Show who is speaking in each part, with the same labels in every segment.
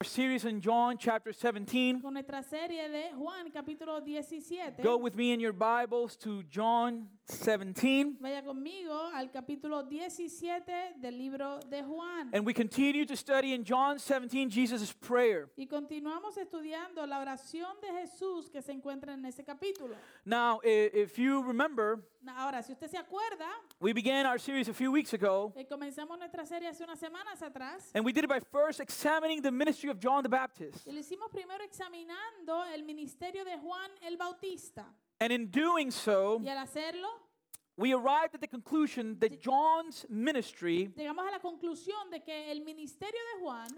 Speaker 1: Our series in John chapter 17.
Speaker 2: con nuestra serie de Juan capítulo 17.
Speaker 1: Go with me in your Bibles to John 17.
Speaker 2: Vaya conmigo al capítulo 17 del libro de Juan.
Speaker 1: And we continue to study in John 17 Jesus' prayer.
Speaker 2: y continuamos estudiando la oración de Jesús que se encuentra en ese capítulo.
Speaker 1: Now, i- if you remember,
Speaker 2: Na- Ahora, si usted se acuerda,
Speaker 1: we began our series a few weeks ago,
Speaker 2: eh, comenzamos nuestra serie hace unas semanas atrás
Speaker 1: and we did it by first examining the ministry of John the Baptist.
Speaker 2: y lo hicimos primero examinando el ministerio de Juan el Bautista.
Speaker 1: And in doing so,
Speaker 2: Y al hacerlo,
Speaker 1: we arrived at the conclusion that John's ministry
Speaker 2: llegamos a la conclusión de que el ministerio de Juan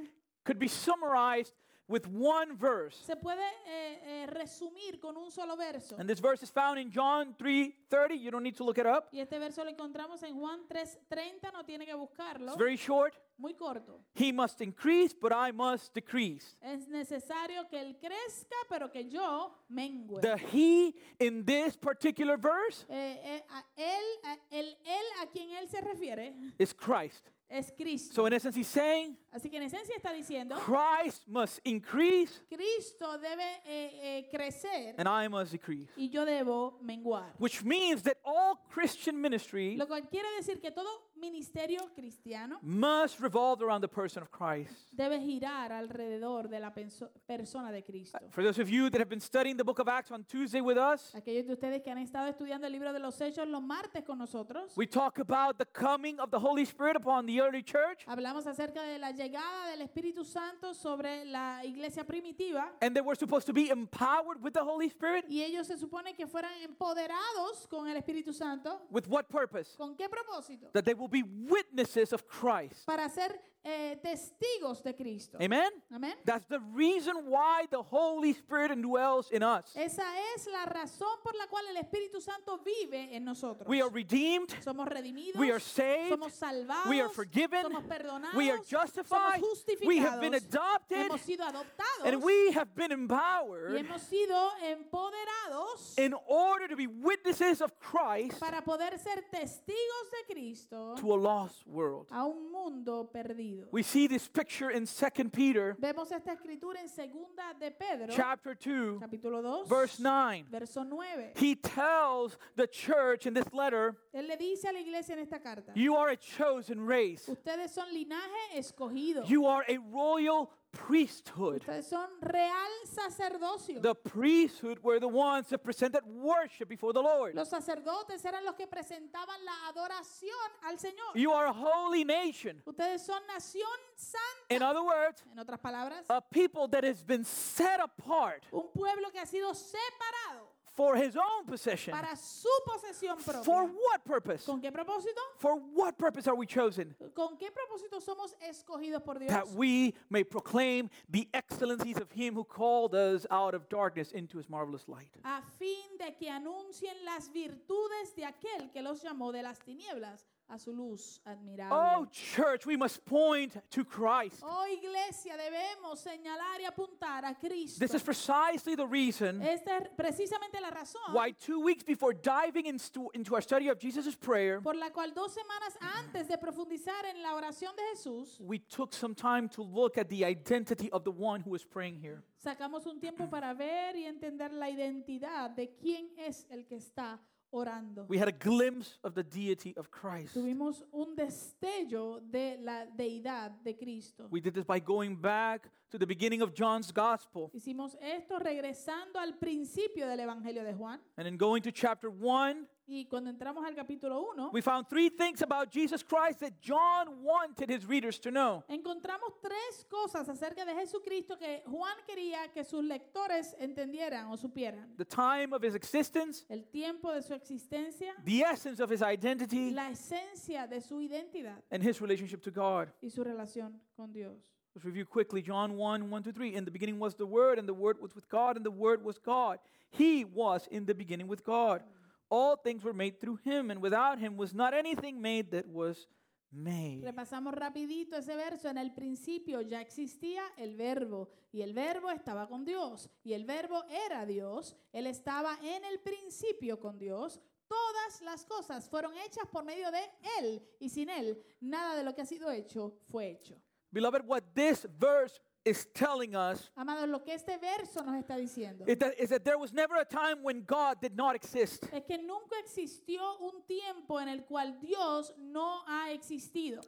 Speaker 1: could be summarized with one verse.
Speaker 2: se puede eh, eh, resumir con un solo verso.
Speaker 1: And this verse is found in John 3:30. You don't need to look it up.
Speaker 2: Y este verso lo encontramos en Juan 3:30, no tiene que buscarlo,
Speaker 1: It's very short.
Speaker 2: muy corto.
Speaker 1: He must increase, but I must decrease.
Speaker 2: Es necesario que él crezca, pero que yo mengue.
Speaker 1: The he in this particular verse
Speaker 2: Eh, eh, a él, a- el él a quien él se refiere
Speaker 1: is Christ.
Speaker 2: es Cristo.
Speaker 1: So, in essence, he's saying
Speaker 2: Así que en esencia está diciendo,
Speaker 1: Christ must increase
Speaker 2: Cristo debe eh, eh, crecer
Speaker 1: and I must decrease,
Speaker 2: y yo debo menguar.
Speaker 1: which means that all Christian ministry
Speaker 2: Lo cual quiere decir que todo ministerio cristiano
Speaker 1: must revolve around the person of Christ.
Speaker 2: debe girar alrededor de la penso- persona de Cristo.
Speaker 1: For those of you that have been studying the book of Acts on Tuesday with us,
Speaker 2: Aquellos de ustedes que han estado estudiando el libro de los Hechos los martes con nosotros,
Speaker 1: we talk about the coming of the Holy Spirit upon the early church
Speaker 2: hablamos acerca de la llegada del Espíritu Santo sobre la iglesia primitiva
Speaker 1: and that we're supposed to be empowered with the Holy Spirit.
Speaker 2: y ellos se supone que fueran empoderados con el Espíritu Santo.
Speaker 1: With what purpose?
Speaker 2: ¿Con qué propósito?
Speaker 1: That they will be witnesses of Christ.
Speaker 2: Para ser eh, testigos de Cristo.
Speaker 1: Amen?
Speaker 2: Amén.
Speaker 1: That's the reason why the Holy Spirit indwells in us.
Speaker 2: Esa es la razón por la cual el Espíritu Santo vive en nosotros.
Speaker 1: We are redeemed,
Speaker 2: somos redimidos,
Speaker 1: we are saved,
Speaker 2: somos salvados,
Speaker 1: we are forgiven,
Speaker 2: somos perdonados,
Speaker 1: we are
Speaker 2: somos
Speaker 1: justified,
Speaker 2: justificados,
Speaker 1: we have been adopted,
Speaker 2: hemos sido adoptados.
Speaker 1: and we have been
Speaker 2: Y
Speaker 1: empowered
Speaker 2: hemos sido empoderados
Speaker 1: in order to be witnesses of Christ
Speaker 2: para poder ser testigos de Cristo
Speaker 1: to a lost world.
Speaker 2: a un mundo perdido.
Speaker 1: We see this picture in 2 Peter
Speaker 2: Vemos esta escritura en segunda de Pedro,
Speaker 1: chapter 2,
Speaker 2: capítulo 2,
Speaker 1: verse 9.
Speaker 2: verso 9.
Speaker 1: He tells the church in this letter,
Speaker 2: Él le dice a la iglesia en esta carta,
Speaker 1: you are a chosen race.
Speaker 2: ustedes son linaje escogido,
Speaker 1: You are a royal priesthood.
Speaker 2: ustedes son real sacerdocio.
Speaker 1: The priesthood were the ones that presented worship before the Lord.
Speaker 2: Los sacerdotes eran los que presentaban la adoración al Señor.
Speaker 1: You are a holy nation.
Speaker 2: Ustedes son nación santa.
Speaker 1: In other words,
Speaker 2: En otras palabras,
Speaker 1: a people that has been set apart
Speaker 2: un pueblo que ha sido separado
Speaker 1: for his own possession.
Speaker 2: para su posesión propia.
Speaker 1: For what purpose?
Speaker 2: ¿Con qué propósito?
Speaker 1: For what purpose are we chosen?
Speaker 2: ¿Con qué propósito somos escogidos por Dios?
Speaker 1: That we may proclaim the excellencies of him who called us out of darkness into his marvelous light.
Speaker 2: A fin de que anuncien las virtudes de aquel que los llamó de las tinieblas a su luz
Speaker 1: Oh,
Speaker 2: admirable.
Speaker 1: church, we must point to Christ.
Speaker 2: Oh, iglesia, debemos señalar y apuntar a Cristo.
Speaker 1: This is precisely the reason
Speaker 2: Esta es precisamente la razón
Speaker 1: why two weeks before diving into, into our study of Jesus' prayer,
Speaker 2: por la cual dos semanas antes de profundizar en la oración de Jesús,
Speaker 1: we took some time to look at the identity of the one who is praying here.
Speaker 2: sacamos un tiempo para ver y entender la identidad de quién es el que está orando.
Speaker 1: We had a glimpse of the deity of Christ.
Speaker 2: Tuvimos un destello de la deidad de Cristo.
Speaker 1: We did this by going back to the beginning of John's gospel
Speaker 2: Hicimos esto regresando al principio del Evangelio de Juan.
Speaker 1: and in going to chapter 1,
Speaker 2: Y cuando entramos al capítulo 1,
Speaker 1: we found three things about Jesus Christ that John wanted his readers to know.
Speaker 2: encontramos tres cosas acerca de Jesucristo que Juan quería que sus lectores entendieran o supieran.
Speaker 1: The time of his existence,
Speaker 2: El tiempo de su existencia,
Speaker 1: the essence of his identity,
Speaker 2: la esencia de su identidad
Speaker 1: and his relationship to God.
Speaker 2: y su relación con Dios.
Speaker 1: Let's review quickly John 1 1 to 3. In the beginning was the Word, and the Word was with God, and the Word was God. He was in the beginning with God. All things were made through Him, and without Him was not anything made that was made.
Speaker 2: Repasamos rapidito ese verso. En el principio ya existía el verbo y el verbo estaba con Dios y el verbo era Dios. Él estaba en el principio con Dios. Todas las cosas fueron hechas por medio de Él y sin Él nada de lo que ha sido hecho fue hecho.
Speaker 1: Beloved, what this verse is telling us
Speaker 2: Amados, lo que este verso nos está diciendo
Speaker 1: is that, is that there was never a time when God did not exist.
Speaker 2: es que nunca existió un tiempo en el cual Dios no ha existido.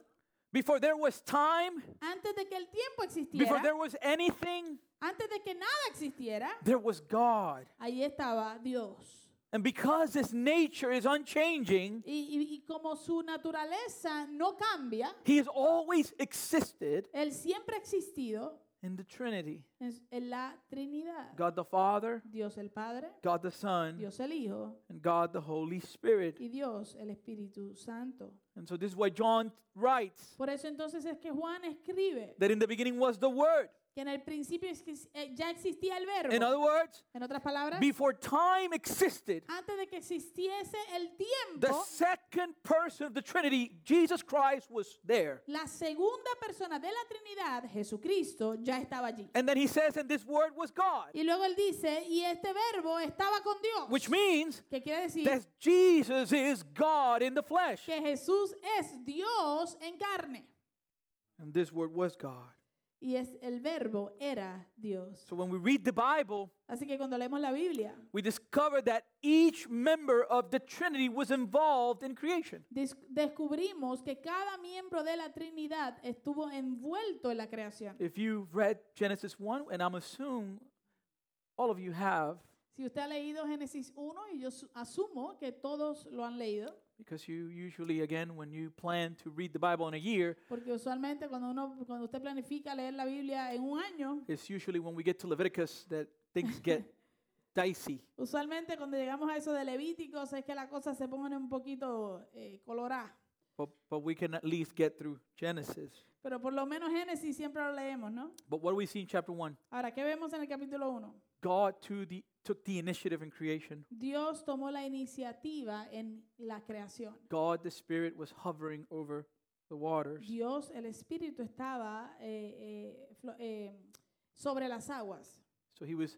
Speaker 1: Before there was time,
Speaker 2: Antes de que el tiempo
Speaker 1: before
Speaker 2: existiera,
Speaker 1: there was anything,
Speaker 2: antes de que nada existiera,
Speaker 1: there was God.
Speaker 2: ahí estaba Dios.
Speaker 1: And because this nature is unchanging,
Speaker 2: Y, y- y como su naturaleza no cambia,
Speaker 1: He has always existed
Speaker 2: Él siempre ha existido
Speaker 1: in the Trinity
Speaker 2: en, en la Trinidad.
Speaker 1: God the Father,
Speaker 2: Dios el Padre,
Speaker 1: God the Son,
Speaker 2: Dios el Hijo
Speaker 1: and God the Holy Spirit.
Speaker 2: y Dios el Espíritu Santo.
Speaker 1: And so this is why John writes
Speaker 2: Por eso entonces es que Juan escribe
Speaker 1: that in the beginning was the Word.
Speaker 2: que en el principio es que, eh, ya existía el
Speaker 1: In
Speaker 2: verbo.
Speaker 1: other words,
Speaker 2: En otras palabras,
Speaker 1: before time existed,
Speaker 2: antes de que existiese el
Speaker 1: the
Speaker 2: tiempo,
Speaker 1: second person of the Trinity, Jesus Christ, was there.
Speaker 2: la segunda persona de la Trinidad, Jesucristo, ya estaba allí.
Speaker 1: And then he says, and this Word was God,
Speaker 2: Y luego él dice, y este verbo estaba con Dios.
Speaker 1: which means
Speaker 2: Que quiere decir
Speaker 1: that Jesus is God in the flesh.
Speaker 2: que Jesús es Dios en carne.
Speaker 1: And this Word was God.
Speaker 2: Y es el verbo era Dios.
Speaker 1: So when we read the Bible,
Speaker 2: Así que cuando leemos la Biblia,
Speaker 1: we discover that each member of the Trinity was involved in creation.
Speaker 2: des- descubrimos que cada miembro de la Trinidad estuvo envuelto en la creación.
Speaker 1: If you've read Genesis 1, and I'm assume all of you have
Speaker 2: Si usted ha leído Génesis 1, y yo su- asumo que todos lo han leído,
Speaker 1: because you usually again when you plan to read the Bible in a year,
Speaker 2: porque usualmente cuando, uno, cuando usted planifica leer la Biblia en un año,
Speaker 1: it's usually when we get to Leviticus that things get dicey.
Speaker 2: usualmente cuando llegamos a eso de Levíticos es que la cosa se pone un poquito eh, colorada.
Speaker 1: But but we can at least get through Genesis.
Speaker 2: Pero por lo menos Génesis siempre lo leemos, ¿no?
Speaker 1: But what do we see in chapter 1?
Speaker 2: Ahora, ¿qué vemos en el capítulo 1?
Speaker 1: God to the, took the initiative in creation.
Speaker 2: Dios tomó la iniciativa en la creación.
Speaker 1: God the Spirit was hovering over the waters.
Speaker 2: Dios, el Espíritu, estaba eh, eh, flo- eh, sobre las aguas.
Speaker 1: So he was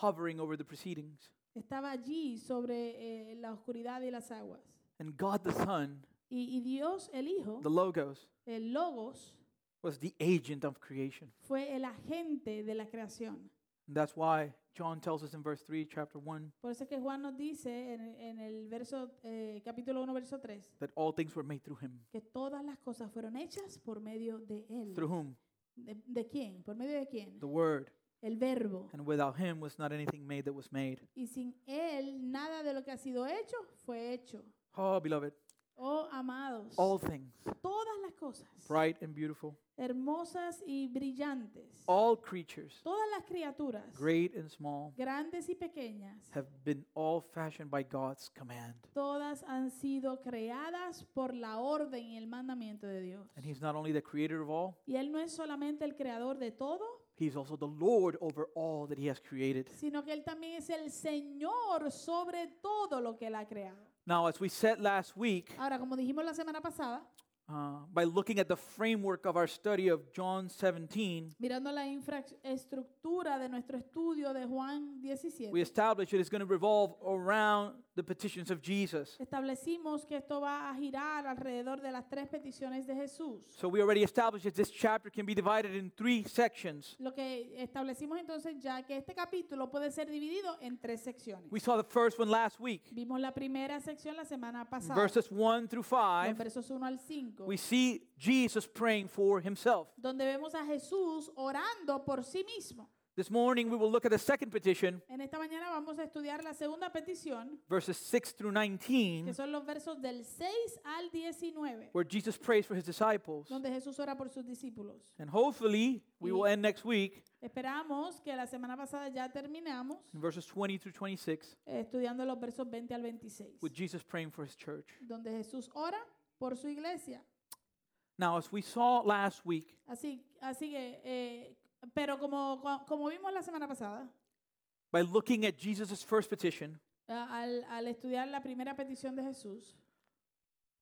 Speaker 1: hovering over the proceedings.
Speaker 2: Estaba allí sobre eh, la oscuridad y las aguas.
Speaker 1: And God the Son,
Speaker 2: Y, y Dios, el Hijo,
Speaker 1: the Logos,
Speaker 2: el Logos,
Speaker 1: was the agent of creation.
Speaker 2: fue el agente de la creación.
Speaker 1: And that's why John tells us in verse 3, chapter 1,
Speaker 2: Por eso es que Juan nos dice en, en el verso, eh, capítulo 1, verso 3,
Speaker 1: that all things were made through him.
Speaker 2: que todas las cosas fueron hechas por medio de Él.
Speaker 1: Through whom?
Speaker 2: ¿De, de quién? ¿Por medio de quién?
Speaker 1: The Word.
Speaker 2: El Verbo.
Speaker 1: And without him was not anything made that was made.
Speaker 2: Y sin Él, nada de lo que ha sido hecho fue hecho.
Speaker 1: Oh, beloved,
Speaker 2: Oh, amados,
Speaker 1: all things,
Speaker 2: todas las cosas
Speaker 1: bright and beautiful,
Speaker 2: hermosas y brillantes,
Speaker 1: all creatures,
Speaker 2: todas las criaturas,
Speaker 1: great and small,
Speaker 2: grandes y pequeñas,
Speaker 1: have been all fashioned by God's command.
Speaker 2: todas han sido creadas por la orden y el mandamiento de Dios.
Speaker 1: And he's not only the creator of all,
Speaker 2: Y Él no es solamente el creador de todo,
Speaker 1: he's also the Lord over all that he has created.
Speaker 2: sino que Él también es el Señor sobre todo lo que Él ha creado.
Speaker 1: Now, as we said last week,
Speaker 2: Ahora, como dijimos la semana pasada,
Speaker 1: uh, by looking at the framework of our study of John 17,
Speaker 2: mirando la infraestructura de nuestro estudio de Juan 17,
Speaker 1: we established it is going to revolve around the petitions of Jesus.
Speaker 2: Establecimos que esto va a girar alrededor de las tres peticiones de Jesús.
Speaker 1: So we already established that this chapter can be divided in three sections.
Speaker 2: Lo que establecimos entonces ya que este capítulo puede ser dividido en tres secciones.
Speaker 1: We saw the first one last week,
Speaker 2: Vimos la primera sección la semana pasada,
Speaker 1: verses 1 through
Speaker 2: los
Speaker 1: 5.
Speaker 2: versos 1 al 5,
Speaker 1: We see Jesus praying for himself.
Speaker 2: donde vemos a Jesús orando por sí mismo.
Speaker 1: This morning we will look at the second petition,
Speaker 2: En esta mañana vamos a estudiar la segunda petición,
Speaker 1: verses 6 through
Speaker 2: que
Speaker 1: 19,
Speaker 2: son los versos del 6 al 19,
Speaker 1: where Jesus prays for his disciples.
Speaker 2: donde Jesús ora por sus discípulos.
Speaker 1: And hopefully we will end next week
Speaker 2: Esperamos que la semana pasada ya terminamos
Speaker 1: in verses 20 through 26
Speaker 2: eh, estudiando los versos 20 al 26.
Speaker 1: with Jesus praying for his church.
Speaker 2: donde Jesús ora por su iglesia.
Speaker 1: Now, as we saw last week,
Speaker 2: Así, así que, eh, pero como, cua- como vimos la semana pasada,
Speaker 1: by looking at Jesus' first petition,
Speaker 2: a- al, al estudiar la primera petición de Jesús,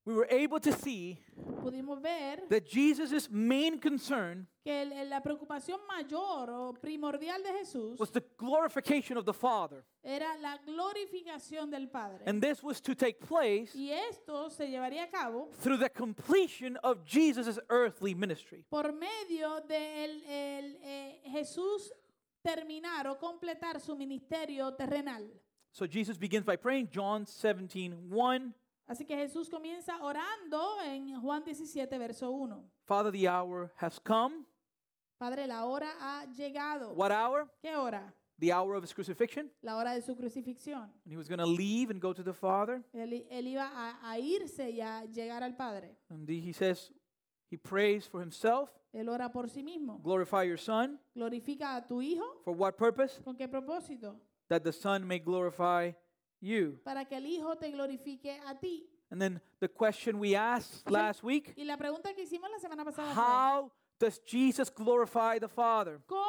Speaker 1: we were able to see
Speaker 2: pudimos ver
Speaker 1: that Jesus' main concern
Speaker 2: que el- el- la preocupación mayor o primordial de Jesús
Speaker 1: was the glorification of the Father.
Speaker 2: era la glorificación del Padre.
Speaker 1: And this was to take place
Speaker 2: y esto se llevaría a cabo
Speaker 1: through the completion of Jesus' earthly ministry.
Speaker 2: por medio de el- el, eh, Jesús terminar o completar su ministerio terrenal.
Speaker 1: So Jesus begins by praying, John 17, 1.
Speaker 2: Así que Jesús comienza orando en Juan 17, verso 1.
Speaker 1: Father, the hour has come.
Speaker 2: Padre, la hora ha llegado.
Speaker 1: What hour?
Speaker 2: ¿Qué hora?
Speaker 1: The hour of his crucifixion.
Speaker 2: La hora de su crucifixión.
Speaker 1: And he was going to leave and go to the Father.
Speaker 2: Él, i- él iba a, a irse y a llegar al Padre.
Speaker 1: And he he says, he prays for himself,
Speaker 2: Él ora por sí mismo.
Speaker 1: glorify your Son.
Speaker 2: Glorifica a tu Hijo.
Speaker 1: For what purpose?
Speaker 2: ¿Con qué propósito?
Speaker 1: That the Son may glorify you.
Speaker 2: Para que el Hijo te glorifique a ti.
Speaker 1: And then the question we asked last week
Speaker 2: Y la pregunta que hicimos la semana pasada fue,
Speaker 1: how does Jesus glorify the Father?
Speaker 2: ¿cómo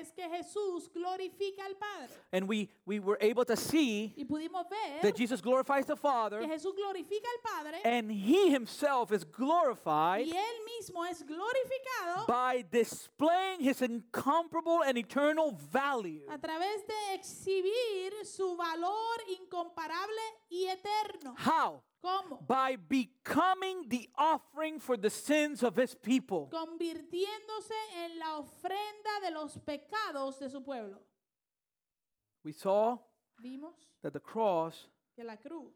Speaker 2: es que Jesús glorifica al Padre?
Speaker 1: And we, we were able to see
Speaker 2: Y pudimos ver
Speaker 1: that Jesus glorifies the
Speaker 2: que
Speaker 1: Father
Speaker 2: Jesús glorifica al Padre
Speaker 1: and he himself is glorified
Speaker 2: y Él mismo es glorificado
Speaker 1: by displaying his incomparable and eternal value.
Speaker 2: a través de exhibir su valor incomparable y eterno.
Speaker 1: How?
Speaker 2: ¿Cómo?
Speaker 1: By becoming the offering for the sins of his people.
Speaker 2: Convirtiéndose en la ofrenda de los pecados de su pueblo.
Speaker 1: We saw
Speaker 2: Vimos
Speaker 1: that the cross
Speaker 2: que la cruz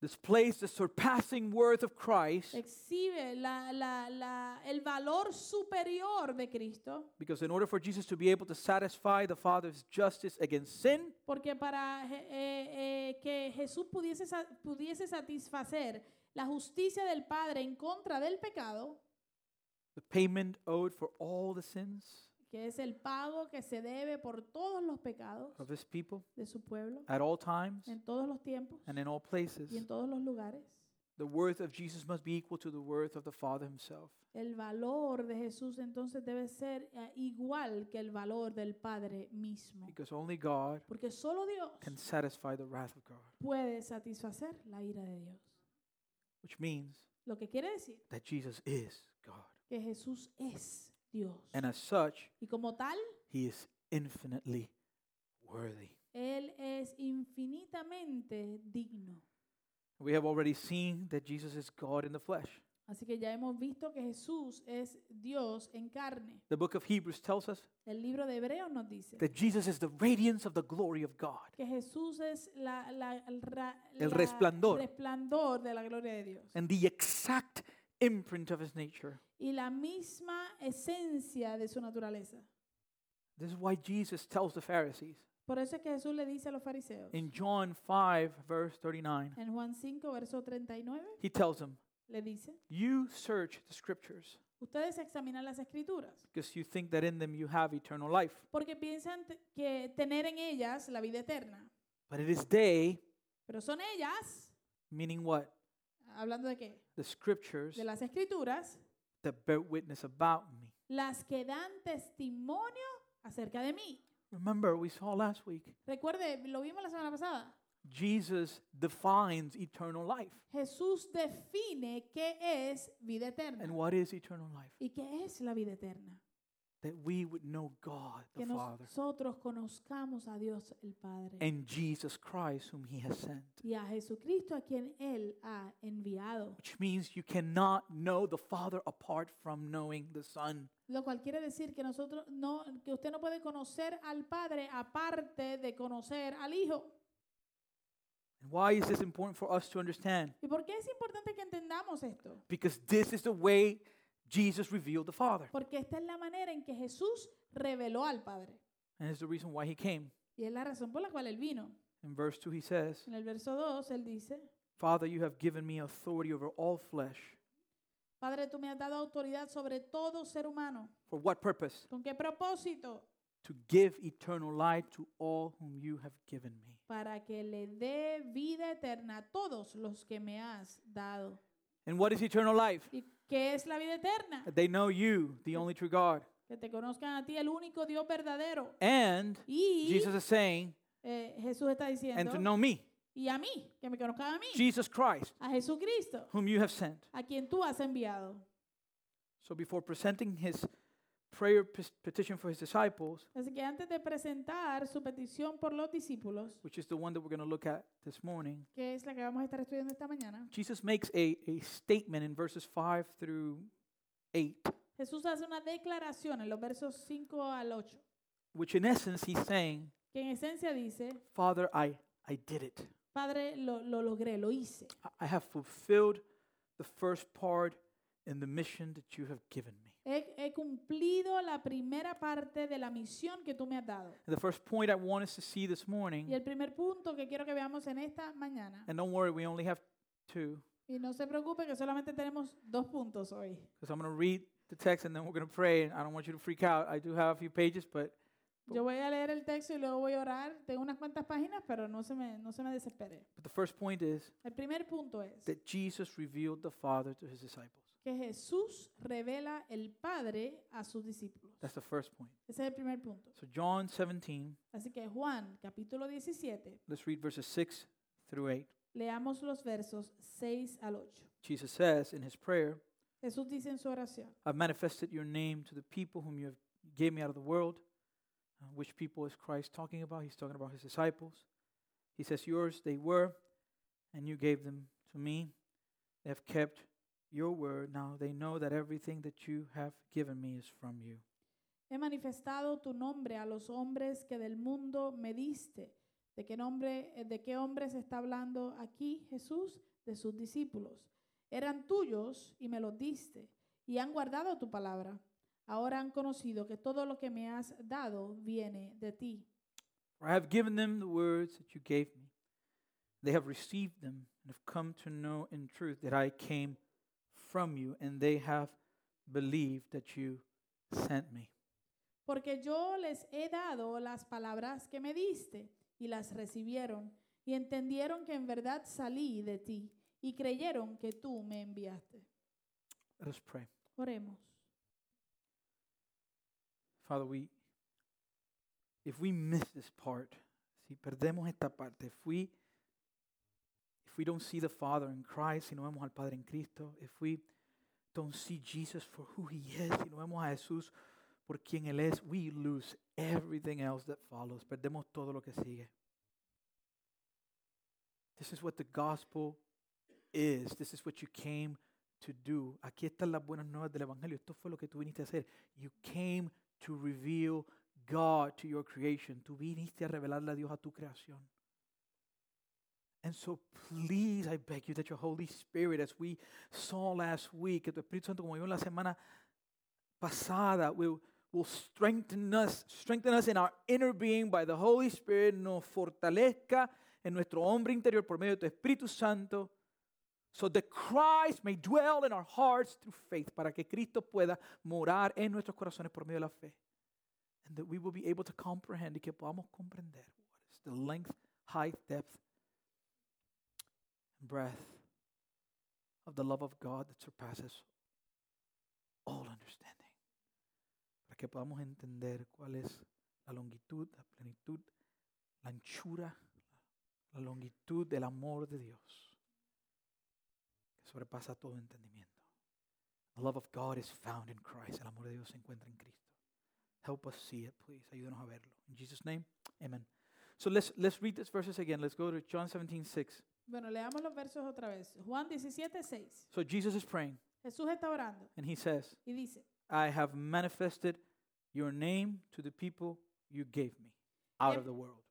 Speaker 1: displays the surpassing worth of Christ
Speaker 2: exhibe la- la- la- el valor superior de Cristo,
Speaker 1: because in order for Jesus to be able to satisfy the Father's justice against sin,
Speaker 2: porque para Je- eh, eh, que Jesús pudiese, sa- pudiese satisfacer la justicia del Padre en contra del pecado,
Speaker 1: the payment owed for all the sins
Speaker 2: que es el pago que se debe por todos los pecados
Speaker 1: of his people
Speaker 2: de su pueblo,
Speaker 1: at all times
Speaker 2: en todos los tiempos
Speaker 1: and in all places,
Speaker 2: y en todos los lugares,
Speaker 1: the worth of Jesus must be equal to the worth of the Father himself.
Speaker 2: el valor de Jesús entonces debe ser eh, igual que el valor del Padre mismo,
Speaker 1: Because only God
Speaker 2: porque solo Dios
Speaker 1: can satisfy the wrath of God,
Speaker 2: puede satisfacer la ira de Dios.
Speaker 1: which means
Speaker 2: Lo que quiere decir
Speaker 1: that Jesus is God.
Speaker 2: que Jesús es Dios.
Speaker 1: And as such,
Speaker 2: Y como tal,
Speaker 1: he is infinitely worthy.
Speaker 2: Él es infinitamente digno.
Speaker 1: We have already seen that Jesus is God in the flesh.
Speaker 2: Así que ya hemos visto que Jesús es Dios en carne.
Speaker 1: The book of Hebrews tells us
Speaker 2: El libro de Hebreos nos dice
Speaker 1: that Jesus is the radiance of the glory of God.
Speaker 2: que Jesús es la, la- el, ra-
Speaker 1: El
Speaker 2: la-
Speaker 1: resplandor.
Speaker 2: resplandor de la gloria de Dios.
Speaker 1: and the exact imprint of his nature.
Speaker 2: Y la misma esencia de su naturaleza.
Speaker 1: This is why Jesus tells the Pharisees
Speaker 2: Por eso es que Jesús le dice a los fariseos,
Speaker 1: in John 5, verse 39,
Speaker 2: en Juan 5, verso 39,
Speaker 1: he tells them,
Speaker 2: le dice,
Speaker 1: You search the scriptures
Speaker 2: ustedes examinan las escrituras.
Speaker 1: because you think that in them you have eternal life.
Speaker 2: porque piensan te- que tener en ellas la vida eterna.
Speaker 1: But it is they,
Speaker 2: Pero son ellas,
Speaker 1: meaning what?
Speaker 2: hablando de qué?
Speaker 1: The scriptures
Speaker 2: De las escrituras,
Speaker 1: that bear witness about me.
Speaker 2: las que dan testimonio acerca de mí.
Speaker 1: Remember, we saw last week,
Speaker 2: Recuerde, lo vimos la semana pasada.
Speaker 1: Jesus defines eternal life.
Speaker 2: Jesús define qué es vida
Speaker 1: And
Speaker 2: eterna.
Speaker 1: what is eternal life?
Speaker 2: ¿Y qué es la vida eterna?
Speaker 1: That we would know God the
Speaker 2: Que
Speaker 1: Father
Speaker 2: nosotros conozcamos a Dios el Padre
Speaker 1: and Jesus Christ, whom he has sent.
Speaker 2: y a Jesucristo a quien Él ha enviado.
Speaker 1: which means you cannot know the Father apart from knowing the Son.
Speaker 2: Lo cual quiere decir que nosotros no, que usted no puede conocer al Padre aparte de conocer al Hijo.
Speaker 1: And why is this important for us to understand?
Speaker 2: ¿Y por qué es importante que entendamos esto?
Speaker 1: Because this is the way Jesus revealed the Father,
Speaker 2: Porque esta es la manera en que Jesús reveló al Padre.
Speaker 1: and it's the reason why he came.
Speaker 2: Y es la razón por la cual Él vino.
Speaker 1: In verse 2, he says,
Speaker 2: En el verso 2, Él dice,
Speaker 1: Father, you have given me authority over all flesh.
Speaker 2: Padre, tú me has dado autoridad sobre todo ser humano.
Speaker 1: For what purpose?
Speaker 2: ¿Con qué propósito?
Speaker 1: To give eternal life to all whom you have given me.
Speaker 2: Para que le dé vida eterna a todos los que me has dado.
Speaker 1: And what is eternal life?
Speaker 2: ¿Y qué es la vida eterna?
Speaker 1: That they know you, the only true God.
Speaker 2: Que te conozcan a ti, el único Dios verdadero.
Speaker 1: And
Speaker 2: Y
Speaker 1: Jesus is saying,
Speaker 2: eh, Jesús está
Speaker 1: and
Speaker 2: diciendo,
Speaker 1: to know me.
Speaker 2: y a mí, que me conozcan a mí,
Speaker 1: Jesus Christ,
Speaker 2: a Jesucristo,
Speaker 1: whom you have sent.
Speaker 2: a quien tú has enviado.
Speaker 1: So before presenting his prayer pe- petition for his disciples,
Speaker 2: Así que antes de presentar su petición por los discípulos,
Speaker 1: which is the one that we're going to look at this morning,
Speaker 2: que es la que vamos a estar estudiando esta mañana,
Speaker 1: Jesus makes a, a statement in verses 5 through 8,
Speaker 2: Jesús hace una declaración en los versos 5 al 8,
Speaker 1: which in essence he's saying,
Speaker 2: que en esencia dice,
Speaker 1: Father, I, I did it.
Speaker 2: Padre, lo, lo logré, lo hice.
Speaker 1: I- I have fulfilled the first part in the mission that you have given me.
Speaker 2: He, he cumplido la primera parte de la misión que tú me has dado.
Speaker 1: And the first point I want us to see this
Speaker 2: Y
Speaker 1: morning,
Speaker 2: el primer punto que quiero que veamos en esta mañana,
Speaker 1: and don't worry, we only have two,
Speaker 2: y no se preocupe que solamente tenemos dos puntos hoy.
Speaker 1: because I'm going to read the text and then we're going to pray. And I don't want you to freak out. I do have a few pages, but
Speaker 2: Yo voy a leer el texto y luego voy a orar. Tengo unas cuantas páginas, pero no se me, no se me desespere.
Speaker 1: But the first point is
Speaker 2: El primer punto es
Speaker 1: that Jesus revealed the Father to his disciples.
Speaker 2: que Jesús revela el Padre a sus discípulos.
Speaker 1: That's the first point.
Speaker 2: Ese es el primer punto.
Speaker 1: So, John 17,
Speaker 2: Así que Juan, capítulo 17,
Speaker 1: let's read verses 6 through 8.
Speaker 2: leamos los versos 6 al 8.
Speaker 1: Jesus says in his prayer,
Speaker 2: Jesús dice en su oración,
Speaker 1: I've manifested your name to the people whom you have gave me out of the world. Uh, which people is Christ talking about? He's talking about his disciples. He says, Yours they were, and you gave them to me. They have kept your word. Now they know that everything that you have given me is from you.
Speaker 2: He manifestado tu nombre a los hombres que del mundo me diste. ¿De qué nombre, eh, de qué hombres está hablando aquí Jesús? De sus discípulos. Eran tuyos y me los diste, y han guardado tu palabra. Ahora han conocido que todo lo que me has dado viene de ti.
Speaker 1: For I have given them the words that you gave me. They have received them and have come to know in truth that I came from you, and they have believed that you sent me.
Speaker 2: Porque yo les he dado las palabras que me diste, y las recibieron, y entendieron que en verdad salí de ti, y creyeron que tú me enviaste.
Speaker 1: Let us pray.
Speaker 2: Oremos.
Speaker 1: Father, we if we miss this part, si perdemos esta parte, if we if we don't see the Father in Christ, si no vemos al Padre en Cristo, if we don't see Jesus for who he is, si no vemos a Jesús por quien él es, we lose everything else that follows. Perdemos todo lo que sigue. This is what the gospel is. This is what you came to do. Aquí están las buenas nuevas del evangelio. Esto fue lo que tú viniste a hacer. You came to reveal God to your creation. Tú viniste a revelarle a Dios a tu creación. And so, please, I beg you that your Holy Spirit, as we saw last week, que tu Espíritu Santo, como vimos la semana pasada, will, will strengthen us, strengthen us in our inner being by the Holy Spirit, nos fortalezca en nuestro hombre interior por medio de tu Espíritu Santo, so that Christ may dwell in our hearts through faith, para que Cristo pueda morar en nuestros corazones por medio de la fe. And that we will be able to comprehend y que podamos comprender what is the length, height, depth, and breadth of the love of God that surpasses all understanding. Para que podamos entender cuál es la longitud, la plenitud, la anchura, la longitud del amor de Dios que sobrepasa todo entendimiento. The love of God is found in Christ. El amor de Dios se encuentra en Cristo. Help us see it, please. Ayúdanos a verlo. In Jesus' name, amen. So let's let's read these verses again. Let's go to John 17, 6.
Speaker 2: Bueno, leamos los versos otra vez. Juan 17, 6.
Speaker 1: So Jesus is praying
Speaker 2: Jesús está orando
Speaker 1: and he says,
Speaker 2: y dice,
Speaker 1: I have manifested your name to the people you gave me out
Speaker 2: Em-
Speaker 1: of the world.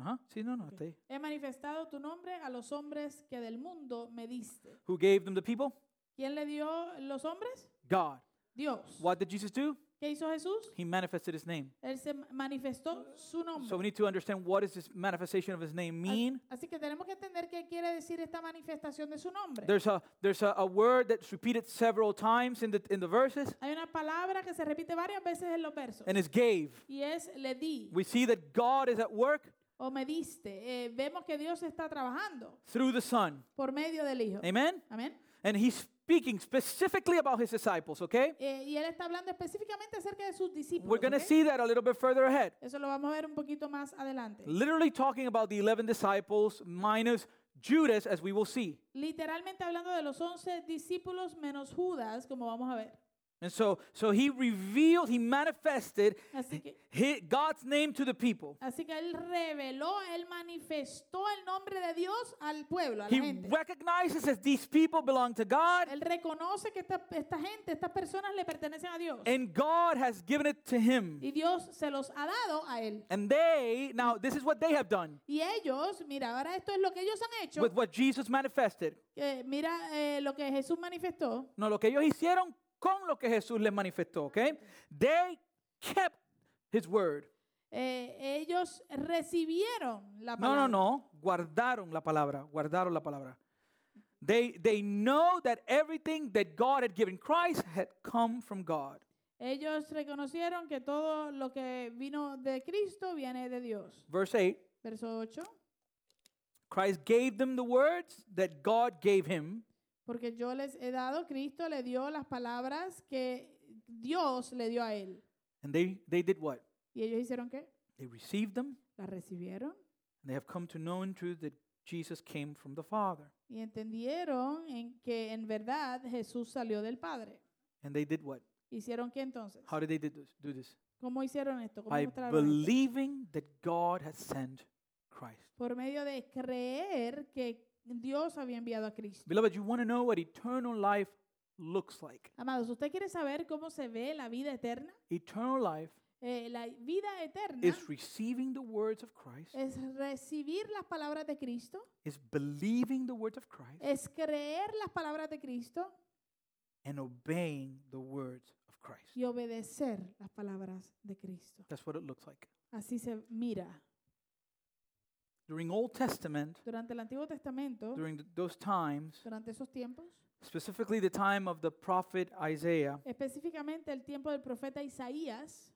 Speaker 1: Uh huh. See, no, no.
Speaker 2: Okay.
Speaker 1: They,
Speaker 2: he manifestado tu nombre a los hombres que del mundo me diste.
Speaker 1: who gave them the people?
Speaker 2: ¿Quién le dio los hombres?
Speaker 1: God.
Speaker 2: Dios.
Speaker 1: What did Jesus do?
Speaker 2: ¿Qué hizo Jesús?
Speaker 1: He manifested his name.
Speaker 2: Él se manifestó su
Speaker 1: So we
Speaker 2: nombre.
Speaker 1: need to understand what does this manifestation of his name
Speaker 2: As-
Speaker 1: mean?
Speaker 2: Así que tenemos que entender qué quiere decir esta manifestación de su nombre.
Speaker 1: There's a there's a, a word that's repeated several times in the in the verses,
Speaker 2: Hay una palabra que se repite varias veces en los versos
Speaker 1: and it's gave.
Speaker 2: y es le di
Speaker 1: We see that God is at work
Speaker 2: o me diste. Eh, vemos que Dios está trabajando
Speaker 1: through the Son.
Speaker 2: por medio del Hijo.
Speaker 1: Amen.
Speaker 2: Amén.
Speaker 1: And He's speaking specifically about his disciples, okay?
Speaker 2: Eh, y él está hablando específicamente acerca de sus
Speaker 1: We're
Speaker 2: discípulos.
Speaker 1: going to
Speaker 2: ¿ok?
Speaker 1: see that a little bit further ahead.
Speaker 2: Eso lo vamos a ver un poquito más adelante.
Speaker 1: Literally talking about the 11 disciples minus Judas, as we will see.
Speaker 2: Literalmente hablando de los 11 discípulos menos Judas, como vamos a ver.
Speaker 1: And so, so he revealed, he manifested
Speaker 2: Así que,
Speaker 1: hi- God's name to the people.
Speaker 2: así que él reveló, él manifestó el nombre de Dios al pueblo, a la
Speaker 1: He
Speaker 2: gente.
Speaker 1: recognizes that these people belong to God,
Speaker 2: Él reconoce que esta, esta gente, estas personas le pertenecen a Dios.
Speaker 1: and God has given it to him.
Speaker 2: Y Dios se los ha dado a él.
Speaker 1: And they, now, this is what they have done
Speaker 2: Y ellos, mira, ahora esto es lo que ellos han hecho.
Speaker 1: with what Jesus manifested.
Speaker 2: que mira eh, lo que Jesús manifestó.
Speaker 1: No, lo que ellos hicieron con lo que Jesús les manifestó, okay? They kept his word.
Speaker 2: Eh, ellos recibieron la
Speaker 1: No, no,
Speaker 2: palabra.
Speaker 1: no. Guardaron la palabra. Guardaron la palabra. They, they know that everything that God had given Christ had come from God.
Speaker 2: Ellos reconocieron que todo lo que vino de Cristo viene de Dios.
Speaker 1: Verse 8
Speaker 2: Verso 8.
Speaker 1: Christ gave them the words that God gave him.
Speaker 2: Porque yo les he dado, Cristo le dio las palabras que Dios le dio a él.
Speaker 1: And they, they did what?
Speaker 2: ¿Y ellos hicieron qué?
Speaker 1: They received them.
Speaker 2: Las recibieron
Speaker 1: And they have come to know in truth that Jesus came from the Father.
Speaker 2: y entendieron en que en verdad Jesús salió del Padre.
Speaker 1: And they did what?
Speaker 2: ¿Hicieron qué entonces?
Speaker 1: How did they did this, do this?
Speaker 2: ¿Cómo hicieron esto? ¿Cómo
Speaker 1: By
Speaker 2: mostraron esto?
Speaker 1: believing that God has sent Christ.
Speaker 2: Por medio de creer que Dios había enviado a Cristo.
Speaker 1: Beloved, you want to know what eternal life looks like.
Speaker 2: Amados, ¿usted quiere saber cómo se ve la vida eterna?
Speaker 1: Eternal life
Speaker 2: Eh, la vida eterna
Speaker 1: is receiving the words of Christ,
Speaker 2: es recibir las palabras de Cristo,
Speaker 1: is believing the words of Christ,
Speaker 2: es creer las palabras de Cristo
Speaker 1: and obeying the words of Christ.
Speaker 2: y obedecer las palabras de Cristo.
Speaker 1: That's what it looks like.
Speaker 2: Así se mira.
Speaker 1: During Old Testament,
Speaker 2: Durante el Antiguo Testamento,
Speaker 1: during th- those times,
Speaker 2: durante esos tiempos,
Speaker 1: specifically the time of the prophet Isaiah,
Speaker 2: específicamente el tiempo del profeta Isaías,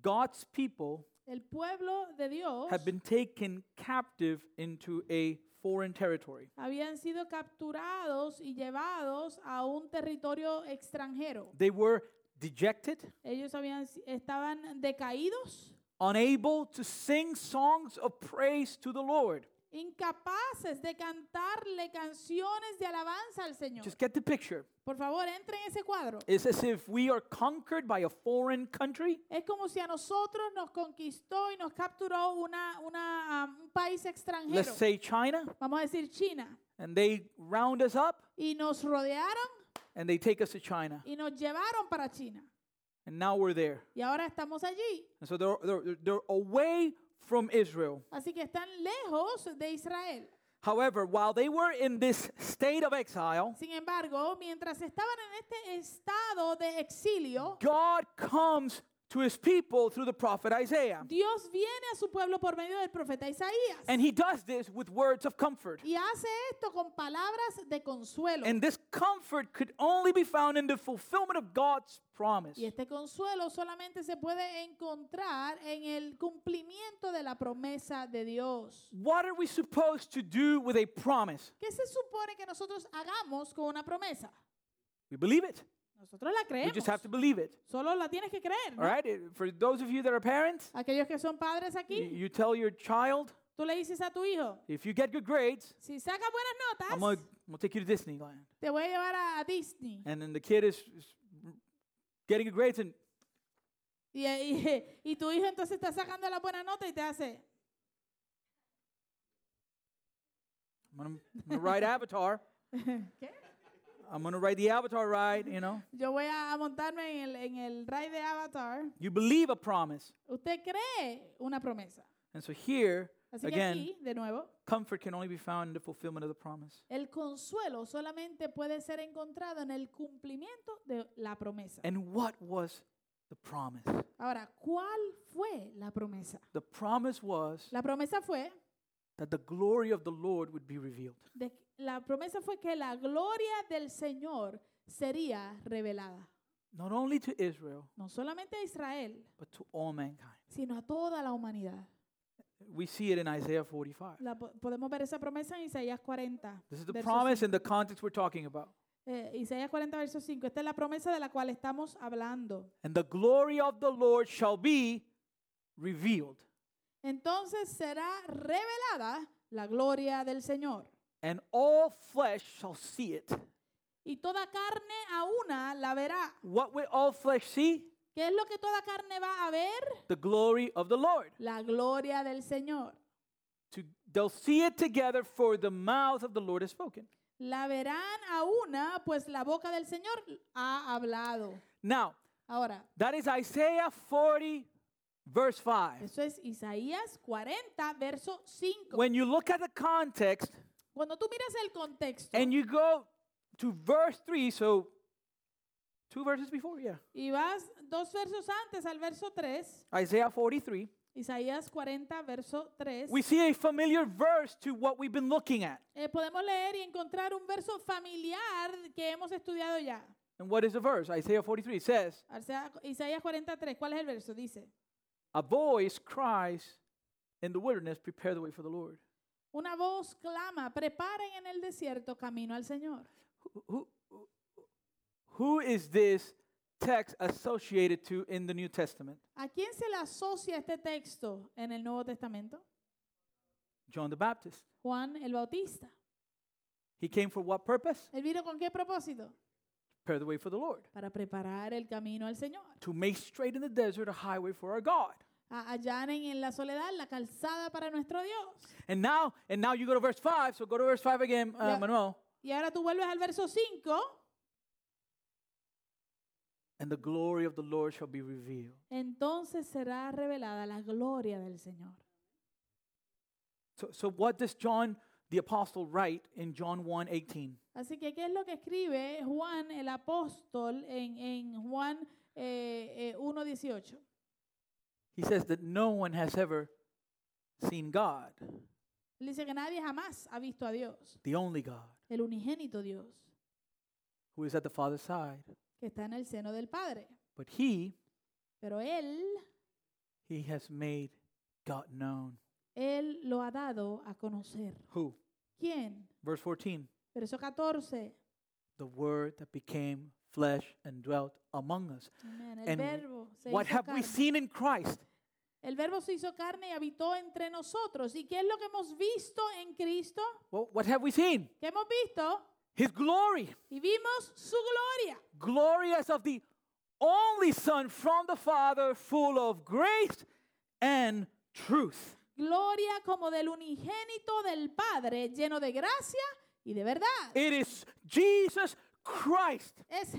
Speaker 1: God's people
Speaker 2: el pueblo de Dios
Speaker 1: have been taken captive into a foreign territory.
Speaker 2: habían sido capturados y llevados a un territorio extranjero.
Speaker 1: They were dejected,
Speaker 2: Ellos habían, si- estaban decaídos,
Speaker 1: unable to sing songs of praise to the Lord.
Speaker 2: incapaces de cantarle canciones de alabanza al Señor.
Speaker 1: Just get the picture.
Speaker 2: Por favor, entre en ese cuadro.
Speaker 1: It's as if we are conquered by a foreign country
Speaker 2: Es como si a nosotros nos conquistó y nos capturó una, una, ah, un país extranjero,
Speaker 1: let's say China,
Speaker 2: vamos a decir China,
Speaker 1: and they round us up
Speaker 2: y nos rodearon
Speaker 1: and they take us to China.
Speaker 2: y nos llevaron para China.
Speaker 1: And now we're there.
Speaker 2: Y ahora estamos allí,
Speaker 1: And so they're, they're, they're away from Israel.
Speaker 2: así que están lejos de Israel.
Speaker 1: However, while they were in this state of exile,
Speaker 2: Sin embargo, mientras estaban en este estado de exilio,
Speaker 1: God comes to his people through the prophet Isaiah.
Speaker 2: Dios viene a su pueblo por medio del profeta Isaías.
Speaker 1: And he does this with words of comfort.
Speaker 2: Y hace esto con palabras de consuelo.
Speaker 1: And this comfort could only be found in the fulfillment of God's promise.
Speaker 2: y este consuelo solamente se puede encontrar en el cumplimiento de la promesa de Dios.
Speaker 1: What are we supposed to do with a promise?
Speaker 2: ¿Qué se supone que nosotros hagamos con una promesa?
Speaker 1: We believe it.
Speaker 2: Nosotros la
Speaker 1: We
Speaker 2: creemos.
Speaker 1: just have to believe it.
Speaker 2: Solo la tienes que creer. ¿no?
Speaker 1: All right? It- For those of you that are parents,
Speaker 2: Aquellos que son padres
Speaker 1: y-
Speaker 2: aquí,
Speaker 1: you tell your child,
Speaker 2: tú le dices a tu hijo,
Speaker 1: if you get good grades,
Speaker 2: si sacas
Speaker 1: I'm
Speaker 2: buenas
Speaker 1: going
Speaker 2: notas,
Speaker 1: to take you to Disneyland.
Speaker 2: te voy a llevar a, a Disney.
Speaker 1: And then the kid is is getting good grades and
Speaker 2: Y, y- y tu hijo entonces está sacando la buena nota y te hace,
Speaker 1: I'm going to ride Avatar.
Speaker 2: ¿qué?
Speaker 1: I'm going to ride the Avatar ride, you know.
Speaker 2: Yo voy a, a montarme en el, en el ride de Avatar.
Speaker 1: You believe a promise.
Speaker 2: Usted cree una promesa.
Speaker 1: And so here,
Speaker 2: Así que
Speaker 1: again,
Speaker 2: aquí, de nuevo,
Speaker 1: comfort can only be found in the fulfillment of the promise.
Speaker 2: el consuelo solamente puede ser encontrado en el cumplimiento de la promesa.
Speaker 1: And what was the promise?
Speaker 2: Ahora, ¿cuál fue la promesa?
Speaker 1: The promise was
Speaker 2: La promesa fue
Speaker 1: that the glory of the Lord would be revealed.
Speaker 2: de- la promesa fue que la gloria del Señor sería revelada,
Speaker 1: Not only to Israel,
Speaker 2: no solamente a Israel,
Speaker 1: but to all mankind.
Speaker 2: sino a toda la humanidad.
Speaker 1: We see it in Isaiah 45.
Speaker 2: La po- podemos ver esa promesa en Isaías 40.
Speaker 1: This is the
Speaker 2: verso
Speaker 1: promise
Speaker 2: 5.
Speaker 1: in the context we're talking about.
Speaker 2: eh, Isaías 40, verso 5. Esta es la promesa de la cual estamos hablando.
Speaker 1: And the glory of the Lord shall be revealed,
Speaker 2: Entonces será revelada la gloria del Señor.
Speaker 1: and all flesh shall see it.
Speaker 2: Y toda carne a una la verá.
Speaker 1: What will all flesh see?
Speaker 2: ¿Qué es lo que toda carne va a ver?
Speaker 1: The glory of the Lord.
Speaker 2: La gloria del Señor.
Speaker 1: To, they'll see it together, for the mouth of the Lord has spoken.
Speaker 2: La verán a una, pues la boca del Señor ha hablado.
Speaker 1: Now,
Speaker 2: Ahora,
Speaker 1: that is Isaiah 40, verse 5.
Speaker 2: eso es Isaías 40, verso 5.
Speaker 1: When you look at the context
Speaker 2: Cuando tú miras el contexto
Speaker 1: and you go to verse 3, so two verses before, yeah.
Speaker 2: y vas dos versos antes al verso 3,
Speaker 1: Isaiah 43,
Speaker 2: Isaías 40, verso 3,
Speaker 1: we see a familiar verse to what we've been looking at.
Speaker 2: eh, podemos leer y encontrar un verso familiar que hemos estudiado ya.
Speaker 1: And what is the verse? Isaiah 43 says,
Speaker 2: O sea, Isaías 43, ¿cuál es el verso? Dice,
Speaker 1: A voice cries in the wilderness, prepare the way for the Lord.
Speaker 2: una voz clama, preparen en el desierto camino al Señor.
Speaker 1: Who- Who, who- who is this text associated to in the New Testament?
Speaker 2: ¿A quién se le asocia este texto en el Nuevo Testamento?
Speaker 1: John the Baptist.
Speaker 2: Juan el Bautista.
Speaker 1: He came for what purpose?
Speaker 2: ¿Él vino con qué propósito?
Speaker 1: Prepare the way for the Lord.
Speaker 2: Para preparar el camino al Señor.
Speaker 1: To make straight in the desert a highway for our God.
Speaker 2: A- Allanen en la soledad la calzada para nuestro Dios.
Speaker 1: And now, and now you go to verse 5. So go to verse 5 again, uh,
Speaker 2: Yeah.
Speaker 1: Manuel.
Speaker 2: Y ahora tú vuelves al verso 5.
Speaker 1: And the glory of the Lord shall be revealed.
Speaker 2: Entonces será revelada la gloria del Señor.
Speaker 1: So, so what does John the apostle write in John 1:18?
Speaker 2: Así que, ¿qué es lo que escribe Juan el apóstol en, en Juan eh, eh, 1.18?
Speaker 1: He says that no one has ever seen God,
Speaker 2: Él dice que nadie jamás ha visto a Dios,
Speaker 1: the only God,
Speaker 2: el unigénito Dios,
Speaker 1: who is at the Father's side.
Speaker 2: que está en el seno del Padre.
Speaker 1: But he,
Speaker 2: Pero Él,
Speaker 1: he has made God known.
Speaker 2: Él lo ha dado a conocer.
Speaker 1: Who?
Speaker 2: ¿Quién?
Speaker 1: Verse 14.
Speaker 2: Verso 14.
Speaker 1: The word that became flesh and dwelt among us.
Speaker 2: Amén. El
Speaker 1: And
Speaker 2: verbo se
Speaker 1: What
Speaker 2: hizo
Speaker 1: have we
Speaker 2: carne.
Speaker 1: seen in Christ?
Speaker 2: El verbo se hizo carne y habitó entre nosotros. ¿Y qué es lo que hemos visto en Cristo?
Speaker 1: Well, what have we seen?
Speaker 2: ¿Qué hemos visto?
Speaker 1: His glory.
Speaker 2: Y vimos su gloria.
Speaker 1: Glory as of the only Son from the Father, full of grace and truth.
Speaker 2: Gloria como del unigénito del Padre, lleno de gracia y de verdad.
Speaker 1: It is Jesus Christ
Speaker 2: Es
Speaker 1: who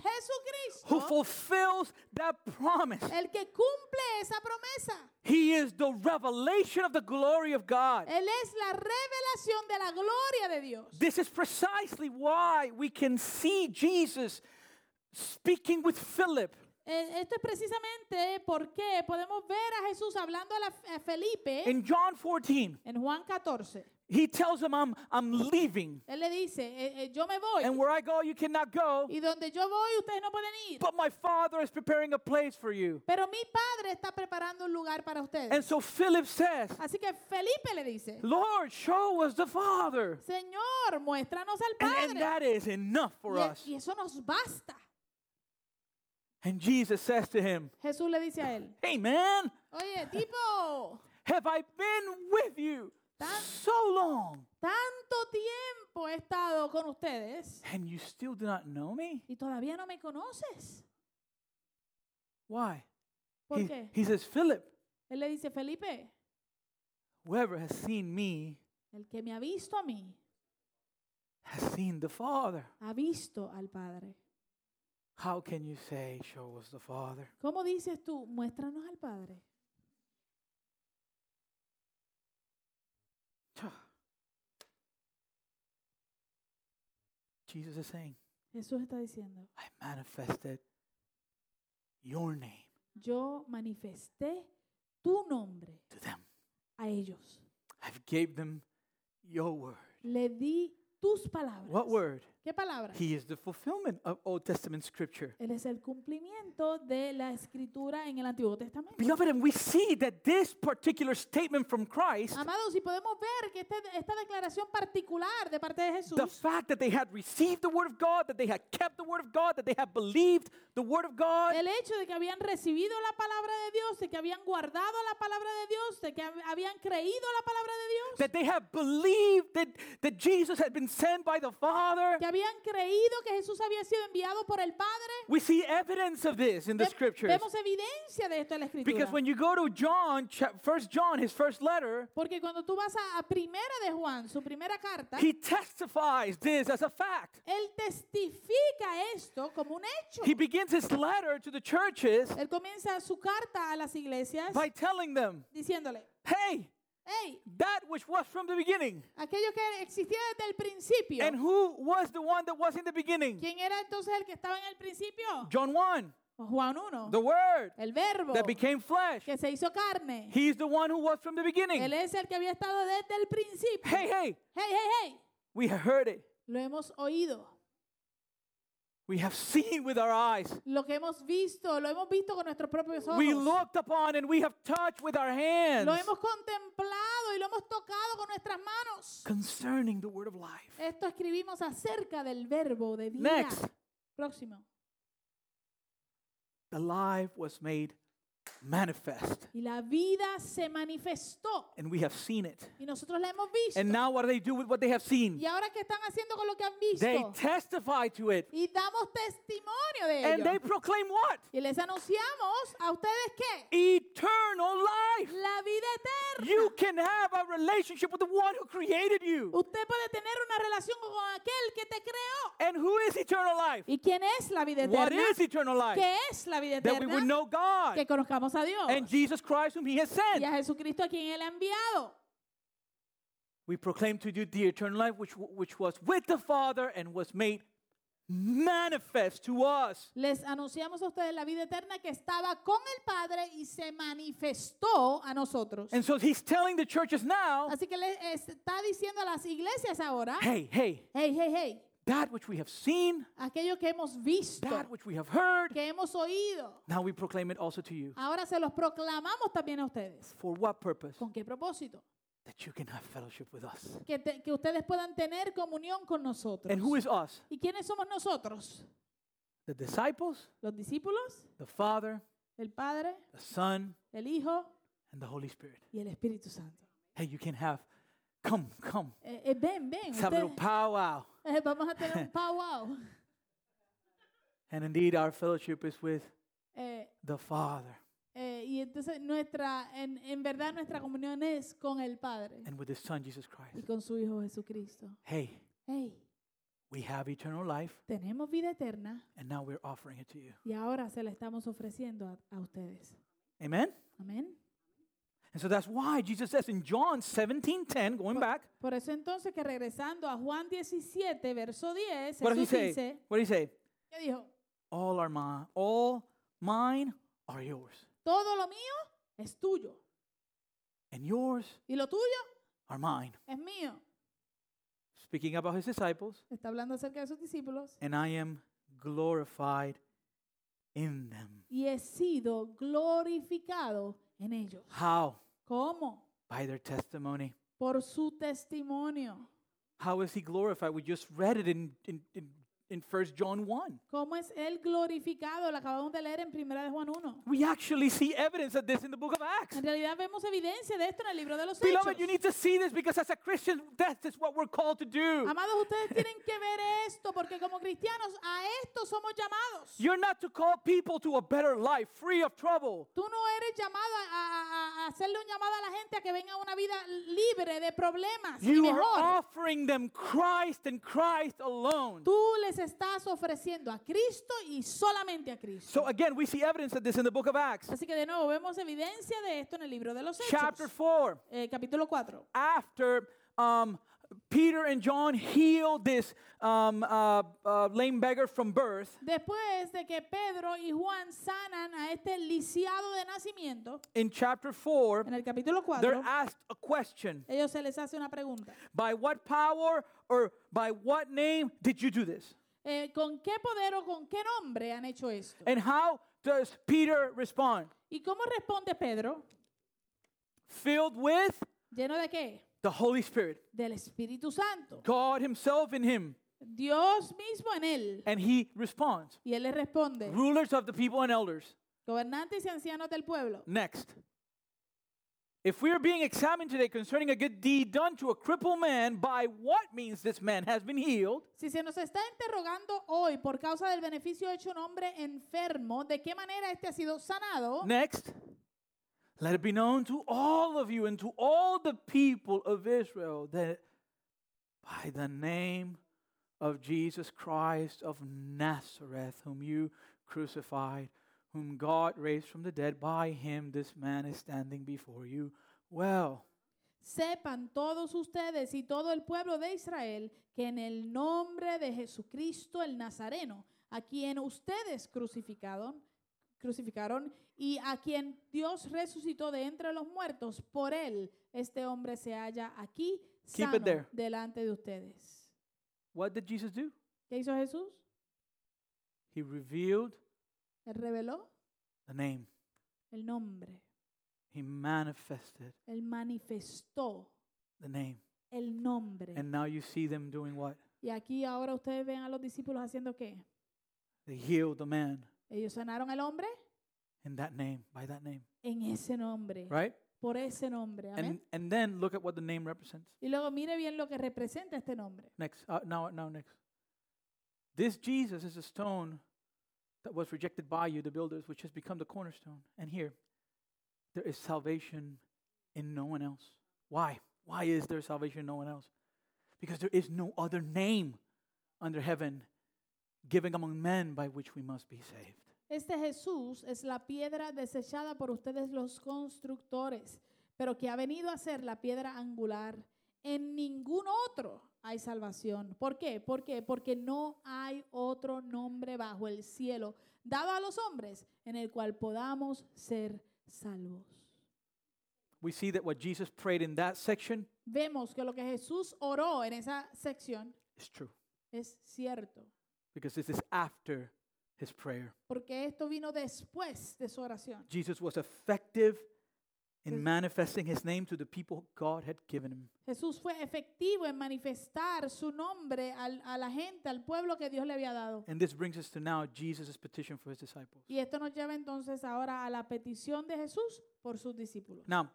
Speaker 2: Jesucristo
Speaker 1: fulfills that promise.
Speaker 2: el que cumple esa promesa.
Speaker 1: He is the revelation of the glory of God.
Speaker 2: Él es la revelación de la gloria de Dios.
Speaker 1: This is precisely why we can see Jesus speaking with Philip.
Speaker 2: Eh, Esto es precisamente porque podemos ver a Jesús hablando a, la- a Felipe
Speaker 1: In John 14,
Speaker 2: en Juan 14.
Speaker 1: he tells him, I'm, I'm leaving.
Speaker 2: Él le dice, eh, eh, yo me voy.
Speaker 1: And where I go, you cannot go.
Speaker 2: Y donde yo voy, ustedes no pueden ir.
Speaker 1: But my Father is preparing a place for you.
Speaker 2: Pero mi padre está preparando un lugar para
Speaker 1: And
Speaker 2: ustedes.
Speaker 1: so Philip says,
Speaker 2: Así que Felipe le dice,
Speaker 1: Lord, show us the Father.
Speaker 2: Señor, muéstranos al
Speaker 1: And, and
Speaker 2: Padre.
Speaker 1: that is enough
Speaker 2: Y,
Speaker 1: for
Speaker 2: e-
Speaker 1: us.
Speaker 2: y eso nos basta.
Speaker 1: And Jesus says to him,
Speaker 2: Jesús le dice a él,
Speaker 1: Hey, man,
Speaker 2: oye, tipo,
Speaker 1: have I been with you
Speaker 2: Tan-
Speaker 1: so long
Speaker 2: tanto tiempo he estado con ustedes
Speaker 1: and you still do not know me?
Speaker 2: y todavía no me conoces.
Speaker 1: Why?
Speaker 2: ¿Por
Speaker 1: He-
Speaker 2: qué?
Speaker 1: he says, Philip,
Speaker 2: Él le dice, Felipe,
Speaker 1: Whoever has seen me
Speaker 2: el que me ha visto a mí,
Speaker 1: has seen the Father.
Speaker 2: ha visto al Padre.
Speaker 1: How can you say, Show us the Father?
Speaker 2: ¿Cómo dices tú, muéstranos al Padre?
Speaker 1: Jesus is saying,
Speaker 2: Jesús está diciendo,
Speaker 1: I manifested your name
Speaker 2: yo manifesté tu nombre
Speaker 1: to them.
Speaker 2: a ellos.
Speaker 1: I've gave them your word.
Speaker 2: Le di tus palabras.
Speaker 1: What word?
Speaker 2: ¿Qué ¿Qué palabra?
Speaker 1: He is the fulfillment of Old Testament scripture.
Speaker 2: Él es el cumplimiento de la escritura en el Antiguo Testamento.
Speaker 1: Beloved, and we see that this particular statement from Christ,
Speaker 2: Amados, y podemos ver que este- esta declaración particular de parte de
Speaker 1: the
Speaker 2: Jesús,
Speaker 1: fact that they had received the word of God, that they had kept the word of God, that they had believed the word of God,
Speaker 2: el hecho de que habían recibido la palabra de Dios, de que habían guardado la palabra de Dios, de que hab- habían creído la palabra de Dios,
Speaker 1: that they had believed that, that Jesus had been sent by the Father.
Speaker 2: que habían creído que Jesús había sido enviado por el Padre.
Speaker 1: We see evidence of this in the
Speaker 2: Ve-
Speaker 1: scriptures.
Speaker 2: Vemos evidencia de esto en la escritura.
Speaker 1: Because when you go to John, chap- first John, his first letter,
Speaker 2: Porque cuando tú vas a, a primera de Juan, su primera carta,
Speaker 1: he testifies this as a fact.
Speaker 2: él testifica esto como un hecho.
Speaker 1: He begins his letter to the churches
Speaker 2: Él comienza su carta a las iglesias
Speaker 1: by telling them,
Speaker 2: diciéndole,
Speaker 1: hey,
Speaker 2: hey,
Speaker 1: that which was from the beginning.
Speaker 2: aquello que existía desde el principio.
Speaker 1: And who was the one that was in the beginning?
Speaker 2: ¿Quién era entonces el que estaba en el principio?
Speaker 1: John 1,
Speaker 2: Juan 1.
Speaker 1: the Word
Speaker 2: El verbo
Speaker 1: that became flesh.
Speaker 2: que se hizo carne.
Speaker 1: He's the one who was from the
Speaker 2: Él
Speaker 1: beginning.
Speaker 2: es el que había estado desde el principio.
Speaker 1: Hey, hey,
Speaker 2: hey, hey, hey.
Speaker 1: we have heard it.
Speaker 2: Lo hemos oído.
Speaker 1: We have seen with our eyes.
Speaker 2: Lo que hemos visto, lo hemos visto con nuestros propios ojos.
Speaker 1: We looked upon and we have touched with our hands
Speaker 2: Lo hemos contemplado y lo hemos tocado con nuestras manos.
Speaker 1: concerning the word of life.
Speaker 2: Esto escribimos acerca del verbo de vida.
Speaker 1: Next.
Speaker 2: Próximo.
Speaker 1: The life was made manifest,
Speaker 2: Y la vida se manifestó
Speaker 1: and we have seen it.
Speaker 2: y nosotros la hemos visto.
Speaker 1: And now, what do they do with what they have seen?
Speaker 2: y ahora qué están haciendo con lo que han visto?
Speaker 1: They testify to it,
Speaker 2: y damos testimonio de
Speaker 1: and
Speaker 2: ello.
Speaker 1: they proclaim what?
Speaker 2: y les anunciamos a ustedes que
Speaker 1: Eternal life.
Speaker 2: la vida eterna.
Speaker 1: You can have a relationship with the one who created you.
Speaker 2: Usted puede tener una relación con aquel que te creó.
Speaker 1: And who is eternal life?
Speaker 2: ¿Y quién es la vida
Speaker 1: What
Speaker 2: eterna?
Speaker 1: is eternal life?
Speaker 2: ¿Qué es la vida
Speaker 1: That we
Speaker 2: eterna?
Speaker 1: would know God
Speaker 2: que conozcamos a Dios.
Speaker 1: and Jesus Christ, whom He has
Speaker 2: y a
Speaker 1: sent.
Speaker 2: Jesucristo a quien Él ha enviado.
Speaker 1: We proclaim to you the eternal life which, which was with the Father and was made manifest to us.
Speaker 2: Les anunciamos a ustedes la vida eterna que estaba con el Padre y se manifestó a nosotros.
Speaker 1: And so He's telling the churches now
Speaker 2: Así que le está diciendo a las iglesias ahora,
Speaker 1: hey, hey,
Speaker 2: hey, hey, hey,
Speaker 1: that which we have seen,
Speaker 2: aquello que hemos visto,
Speaker 1: that which we have heard,
Speaker 2: que hemos oído,
Speaker 1: now we proclaim it also to you.
Speaker 2: ahora se los proclamamos también a ustedes.
Speaker 1: For what purpose?
Speaker 2: ¿Con qué propósito?
Speaker 1: That you can have fellowship with us.
Speaker 2: Que, te- que ustedes puedan tener comunión con nosotros.
Speaker 1: And who is us?
Speaker 2: ¿Y quiénes somos nosotros?
Speaker 1: The disciples,
Speaker 2: Los discípulos,
Speaker 1: the Father,
Speaker 2: el Padre,
Speaker 1: the Son,
Speaker 2: el Hijo
Speaker 1: and the Holy Spirit.
Speaker 2: y el Espíritu Santo.
Speaker 1: Hey, you can have, come, come,
Speaker 2: Eh, eh, ven, ven.
Speaker 1: let's have a little
Speaker 2: ustedes-
Speaker 1: powwow.
Speaker 2: Eh, vamos a tener un powwow.
Speaker 1: And indeed, our fellowship is with
Speaker 2: Eh,
Speaker 1: the Father
Speaker 2: eh, y entonces nuestra, en, en verdad nuestra comunión es con el Padre
Speaker 1: and with His Son, Jesus
Speaker 2: y
Speaker 1: Christ.
Speaker 2: con su Hijo Jesucristo.
Speaker 1: Hey,
Speaker 2: Hey,
Speaker 1: we have eternal life,
Speaker 2: tenemos vida eterna
Speaker 1: and now we're offering it to you.
Speaker 2: y ahora se la estamos ofreciendo a, a ustedes.
Speaker 1: Amen?
Speaker 2: Amén.
Speaker 1: And so that's why Jesus says in John 17 10, going back,
Speaker 2: Por eso entonces que regresando a Juan 17, verso 10,
Speaker 1: what does he
Speaker 2: Jesús
Speaker 1: say?
Speaker 2: dice,
Speaker 1: What does he say?
Speaker 2: ¿qué dijo?
Speaker 1: All are mine. All mine are yours,
Speaker 2: Todo lo mío es tuyo
Speaker 1: and yours
Speaker 2: y lo tuyo
Speaker 1: are mine.
Speaker 2: es mío.
Speaker 1: Speaking about his disciples,
Speaker 2: Está hablando acerca de sus discípulos.
Speaker 1: and I am glorified in them.
Speaker 2: Y he sido glorificado en ellos.
Speaker 1: How?
Speaker 2: ¿Cómo?
Speaker 1: By their testimony.
Speaker 2: por su testimonio.
Speaker 1: How is he glorified? We just read it in in in, in 1 John 1.
Speaker 2: ¿Cómo es él glorificado? Lo acabamos de leer en 1 de Juan 1.
Speaker 1: We actually see evidence of this in the book of Acts.
Speaker 2: En realidad vemos evidencia de esto en el libro de los
Speaker 1: Beloved, you
Speaker 2: Hechos.
Speaker 1: need to see this because as a Christian, that is what we're called to do.
Speaker 2: Amados, ustedes tienen que ver esto porque como cristianos a esto somos llamados.
Speaker 1: You're not to call people to a better life free of trouble.
Speaker 2: Tú no eres llamado a, a- a- a hacerle un llamado a la gente a que venga una vida libre de problemas y
Speaker 1: You are
Speaker 2: mejor.
Speaker 1: offering them Christ and Christ alone.
Speaker 2: Tú les estás ofreciendo a Cristo y solamente a Cristo.
Speaker 1: So again, we see evidence of this in the book of Acts,
Speaker 2: Así que de nuevo vemos evidencia de esto en el libro de los
Speaker 1: chapter
Speaker 2: Hechos,
Speaker 1: 4.
Speaker 2: eh, capítulo 4.
Speaker 1: After um, Peter and John healed this um, uh, uh, lame beggar from birth,
Speaker 2: Después de que Pedro y Juan sanan a este lisiado de nacimiento,
Speaker 1: in chapter 4,
Speaker 2: en el capítulo
Speaker 1: they're
Speaker 2: 4,
Speaker 1: asked a question
Speaker 2: ellos se les hace una pregunta.
Speaker 1: By what power or by what name did you do this?
Speaker 2: Eh, ¿Con qué poder o con qué nombre han hecho esto?
Speaker 1: And how does Peter respond?
Speaker 2: ¿Y cómo responde Pedro?
Speaker 1: Filled with
Speaker 2: ¿Lleno de qué?
Speaker 1: the Holy Spirit,
Speaker 2: Del Espíritu Santo.
Speaker 1: God Himself in him.
Speaker 2: Dios mismo en él.
Speaker 1: And he responds
Speaker 2: Y él le responde,
Speaker 1: Rulers of the people and elders.
Speaker 2: gobernantes y ancianos del pueblo.
Speaker 1: Next. If we are being examined today concerning a good deed done to a crippled man, by what means this man has been healed,
Speaker 2: Si se nos está interrogando hoy por causa del beneficio hecho a un hombre enfermo, de qué manera este ha sido sanado,
Speaker 1: next, let it be known to all of you and to all the people of Israel that by the name of Jesus Christ of Nazareth, whom you crucified, whom God raised from the dead, by him this man is standing before you well.
Speaker 2: sepan todos ustedes y todo el pueblo de Israel que en el nombre de Jesucristo el Nazareno, a quien ustedes crucificaron, crucificaron y a quien Dios resucitó de entre los muertos, por él este hombre se halla aquí
Speaker 1: Keep it
Speaker 2: sano
Speaker 1: there.
Speaker 2: delante de ustedes.
Speaker 1: What did Jesus do?
Speaker 2: ¿Qué hizo Jesús?
Speaker 1: He revealed
Speaker 2: Él reveló
Speaker 1: the name.
Speaker 2: el nombre,
Speaker 1: He manifested
Speaker 2: él manifestó
Speaker 1: the name.
Speaker 2: el nombre.
Speaker 1: And now you see them doing what?
Speaker 2: Y aquí ahora ustedes ven a los discípulos haciendo qué?
Speaker 1: They healed the man
Speaker 2: Ellos sanaron al hombre
Speaker 1: in that name, by that name,
Speaker 2: en ese nombre,
Speaker 1: right?
Speaker 2: por ese nombre. Amén.
Speaker 1: And and then look at what the name represents.
Speaker 2: y luego mire bien lo que representa este nombre.
Speaker 1: Next, uh, now now next. This Jesus is a stone that was rejected by you, the builders, which has become the cornerstone. And here, there is salvation in no one else. Why? Why is there salvation in no one else? Because there is no other name under heaven given among men by which we must be saved.
Speaker 2: Este Jesús es la piedra desechada por ustedes los constructores, pero que ha venido a ser la piedra angular. En ningún otro hay salvación. ¿Por qué? ¿Por qué? Porque no hay otro nombre bajo el cielo dado a los hombres en el cual podamos ser salvos.
Speaker 1: we see that what Jesus prayed in that section
Speaker 2: Vemos que lo que Jesús oró en esa sección
Speaker 1: is true
Speaker 2: es cierto,
Speaker 1: because this is after his prayer.
Speaker 2: porque esto vino después de su oración.
Speaker 1: Jesus was effective
Speaker 2: Yes.
Speaker 1: in manifesting his name to the people God had given him.
Speaker 2: Jesús fue efectivo en manifestar su nombre al- a la gente, al pueblo que Dios le había dado.
Speaker 1: And this brings us to now Jesus' petition for his disciples.
Speaker 2: Y esto nos lleva entonces ahora a la petición de Jesús por sus discípulos.
Speaker 1: Now,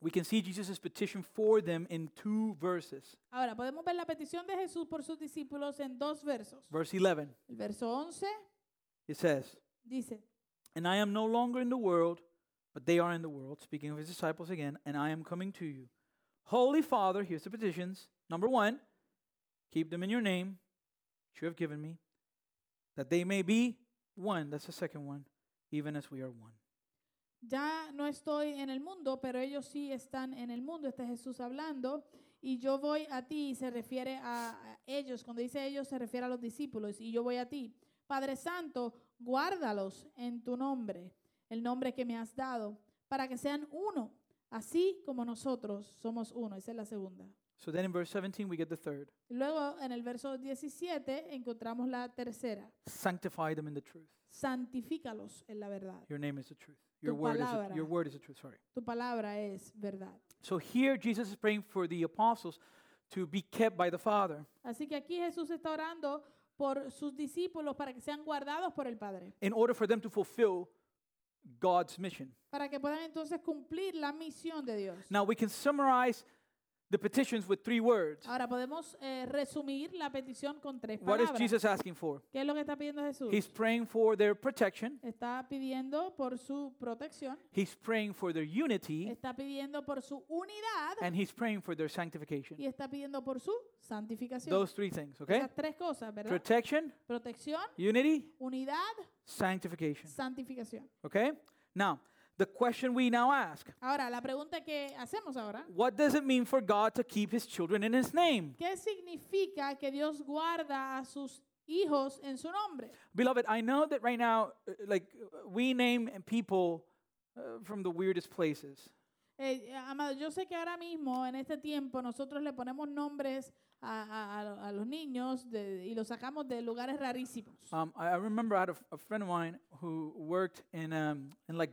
Speaker 1: we can see Jesus' petition for them in two verses.
Speaker 2: Ahora, podemos ver la petición de Jesús por sus discípulos en dos versos.
Speaker 1: Verse 11,
Speaker 2: El verso 11
Speaker 1: it says,
Speaker 2: dice,
Speaker 1: And I am no longer in the world, but they are in the world. Speaking of his disciples again, and I am coming to you. Holy Father, here's the petitions. Number one, keep them in your name, which you have given me, that they may be one. That's the second one, even as we are one.
Speaker 2: Ya no estoy en el mundo, pero ellos sí están en el mundo. Este es Jesús hablando. Y yo voy a ti, y se refiere a a ellos. Cuando dice ellos, se refiere a los discípulos. Y yo voy a ti. Padre Santo, guárdalos en tu nombre, el nombre que me has dado, para que sean uno, así como nosotros somos uno. Esa es la segunda.
Speaker 1: So then in verse 17, we get the third
Speaker 2: Luego, en el verso 17, encontramos la tercera.
Speaker 1: sanctify them in the truth.
Speaker 2: Santifícalos en la verdad.
Speaker 1: Your name is the truth. Your
Speaker 2: Tu
Speaker 1: word, is the,
Speaker 2: palabra.
Speaker 1: your word is the truth. Sorry.
Speaker 2: Tu palabra es verdad.
Speaker 1: So here, Jesus is praying for the apostles to be kept by the Father.
Speaker 2: Así que aquí Jesús está orando por sus discípulos para que sean guardados por el Padre,
Speaker 1: in order for them to fulfill God's mission.
Speaker 2: para que puedan entonces cumplir la misión de Dios.
Speaker 1: Now we can summarize the petitions with three words.
Speaker 2: Ahora podemos eh, resumir la petición con tres
Speaker 1: What is
Speaker 2: palabras.
Speaker 1: Jesus asking for?
Speaker 2: ¿Qué es lo que está pidiendo Jesús?
Speaker 1: He's praying for their protection,
Speaker 2: está pidiendo por su protección,
Speaker 1: he's praying for their unity,
Speaker 2: está pidiendo por su unidad
Speaker 1: and he's praying for their
Speaker 2: y
Speaker 1: sanctification.
Speaker 2: está pidiendo por su santificación.
Speaker 1: Those three things, okay?
Speaker 2: Esas tres cosas, ¿verdad?
Speaker 1: Protection,
Speaker 2: protección,
Speaker 1: unity,
Speaker 2: unidad,
Speaker 1: sanctification,
Speaker 2: santificación.
Speaker 1: okay? Now, The question we now ask
Speaker 2: Ahora, la pregunta que hacemos ahora,
Speaker 1: What does it mean for God to keep his children in his name?
Speaker 2: ¿qué significa que Dios guarda a sus hijos en su nombre?
Speaker 1: Beloved, I know that right now, uh, like, uh, we name people uh, from the weirdest places.
Speaker 2: Eh, eh, amado, yo sé que ahora mismo, en este tiempo, nosotros le ponemos nombres a, a- a- a los niños de- y los sacamos de lugares rarísimos.
Speaker 1: Um, I, I remember I had a, f- a friend of mine who worked in, um, in like,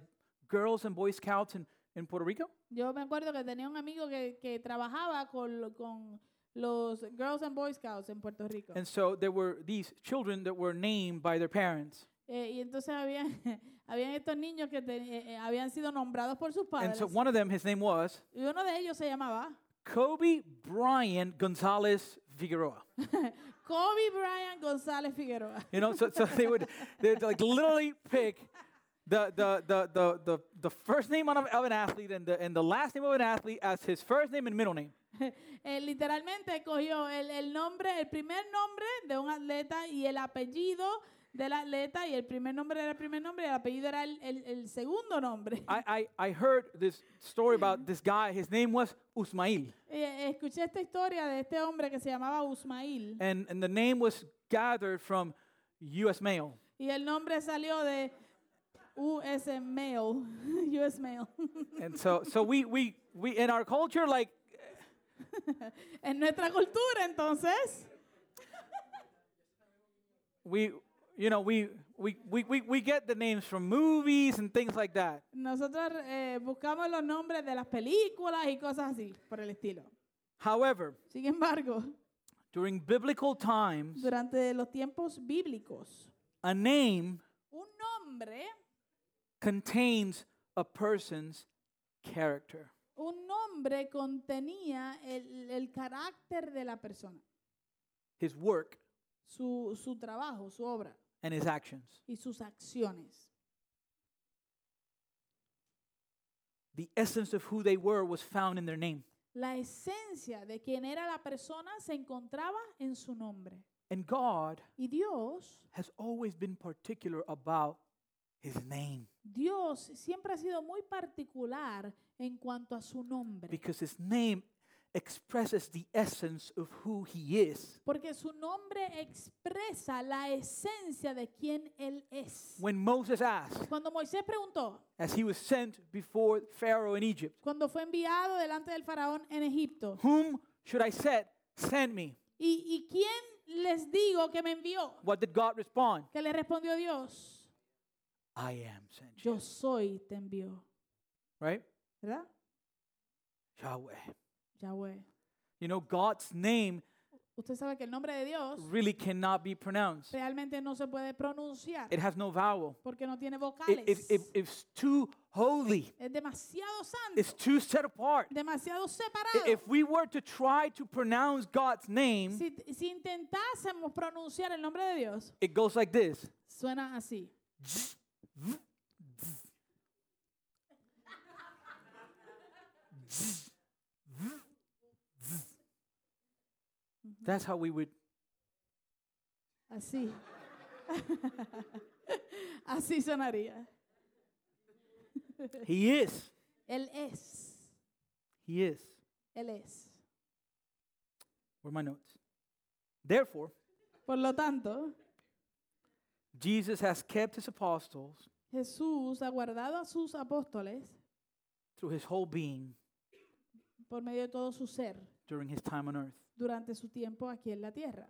Speaker 1: girls and Boy Scouts in, in Puerto Rico.
Speaker 2: Yo me acuerdo que tenía un amigo que, que trabajaba con, lo- con los Girls and Boy Scouts en Puerto Rico.
Speaker 1: And so there were these children that were named by their parents.
Speaker 2: Eh, y entonces habían, habían estos niños que te- eh, eh, habían sido nombrados por sus
Speaker 1: And
Speaker 2: padres.
Speaker 1: so one of them, his name was
Speaker 2: y uno de ellos se llamaba
Speaker 1: Kobe Bryant Gonzalez Figueroa.
Speaker 2: Kobe Bryant González Figueroa.
Speaker 1: You know, so, so they would they'd like literally pick the the the the the, the first name of, of an athlete and the and the last name of an athlete as his first name and middle name.
Speaker 2: Eh, literalmente cogió el, el nombre, el primer nombre de un atleta y el apellido del atleta y el primer nombre era el primer nombre y el apellido era el, el- el segundo nombre.
Speaker 1: I, I, I heard this story about this guy. His name was Usmail,
Speaker 2: Eh, escuché esta historia de este hombre que se llamaba Usmail.
Speaker 1: and and the name was gathered from U.S. mail.
Speaker 2: Y el nombre salió de US Mail. US Mail.
Speaker 1: And so so we we we in our culture like
Speaker 2: en nuestra cultura, entonces,
Speaker 1: we you know we we we we, we get the names from movies and things like that.
Speaker 2: nosotros eh, buscamos los nombres de las películas y cosas así, por el estilo.
Speaker 1: However,
Speaker 2: Sin embargo,
Speaker 1: during biblical times,
Speaker 2: durante los tiempos bíblicos,
Speaker 1: a name
Speaker 2: un nombre,
Speaker 1: contains a person's character.
Speaker 2: un nombre contenía el, el carácter de la persona,
Speaker 1: his work
Speaker 2: su, su trabajo, su obra
Speaker 1: and his actions.
Speaker 2: y sus acciones.
Speaker 1: The essence of who they were was found in their name.
Speaker 2: La esencia de quien era la persona se encontraba en su nombre.
Speaker 1: And God
Speaker 2: Y Dios,
Speaker 1: has always been particular about his name
Speaker 2: Dios siempre ha sido muy particular en cuanto a su nombre,
Speaker 1: because his name expresses the essence of who he is.
Speaker 2: porque su nombre expresa la esencia de quien él es.
Speaker 1: When Moses asked,
Speaker 2: Cuando Moisés preguntó,
Speaker 1: as he was sent before Pharaoh in Egypt,
Speaker 2: cuando fue enviado delante del faraón en Egipto,
Speaker 1: Whom should I set? Send me.
Speaker 2: ¿y, y quién les digo que me envió?
Speaker 1: What did God respond?
Speaker 2: Que le respondió Dios,
Speaker 1: I am sent you.
Speaker 2: yo soy te envió,
Speaker 1: Right?
Speaker 2: ¿verdad?
Speaker 1: Yahweh.
Speaker 2: Yahweh.
Speaker 1: You know, God's name
Speaker 2: Usted sabe que el nombre de Dios
Speaker 1: really cannot be pronounced.
Speaker 2: realmente no se puede pronunciar
Speaker 1: It has no vowel.
Speaker 2: porque no tiene
Speaker 1: It,
Speaker 2: vocales.
Speaker 1: it, it- it's too holy.
Speaker 2: es demasiado santo,
Speaker 1: It's too set apart. I-
Speaker 2: demasiado separado.
Speaker 1: If we were to try to pronounce God's name,
Speaker 2: si, si intentásemos pronunciar el nombre de Dios,
Speaker 1: it goes like this.
Speaker 2: suena así.
Speaker 1: That's how we would.
Speaker 2: Así. así sonaría.
Speaker 1: He is.
Speaker 2: Él es.
Speaker 1: He is.
Speaker 2: Él es.
Speaker 1: Where are my notes? Therefore,
Speaker 2: Por lo tanto,
Speaker 1: Jesus has kept his apostles
Speaker 2: Jesús ha guardado a sus apóstoles
Speaker 1: through his whole being
Speaker 2: por medio de todo su ser
Speaker 1: during his time on earth.
Speaker 2: durante su tiempo aquí en la tierra.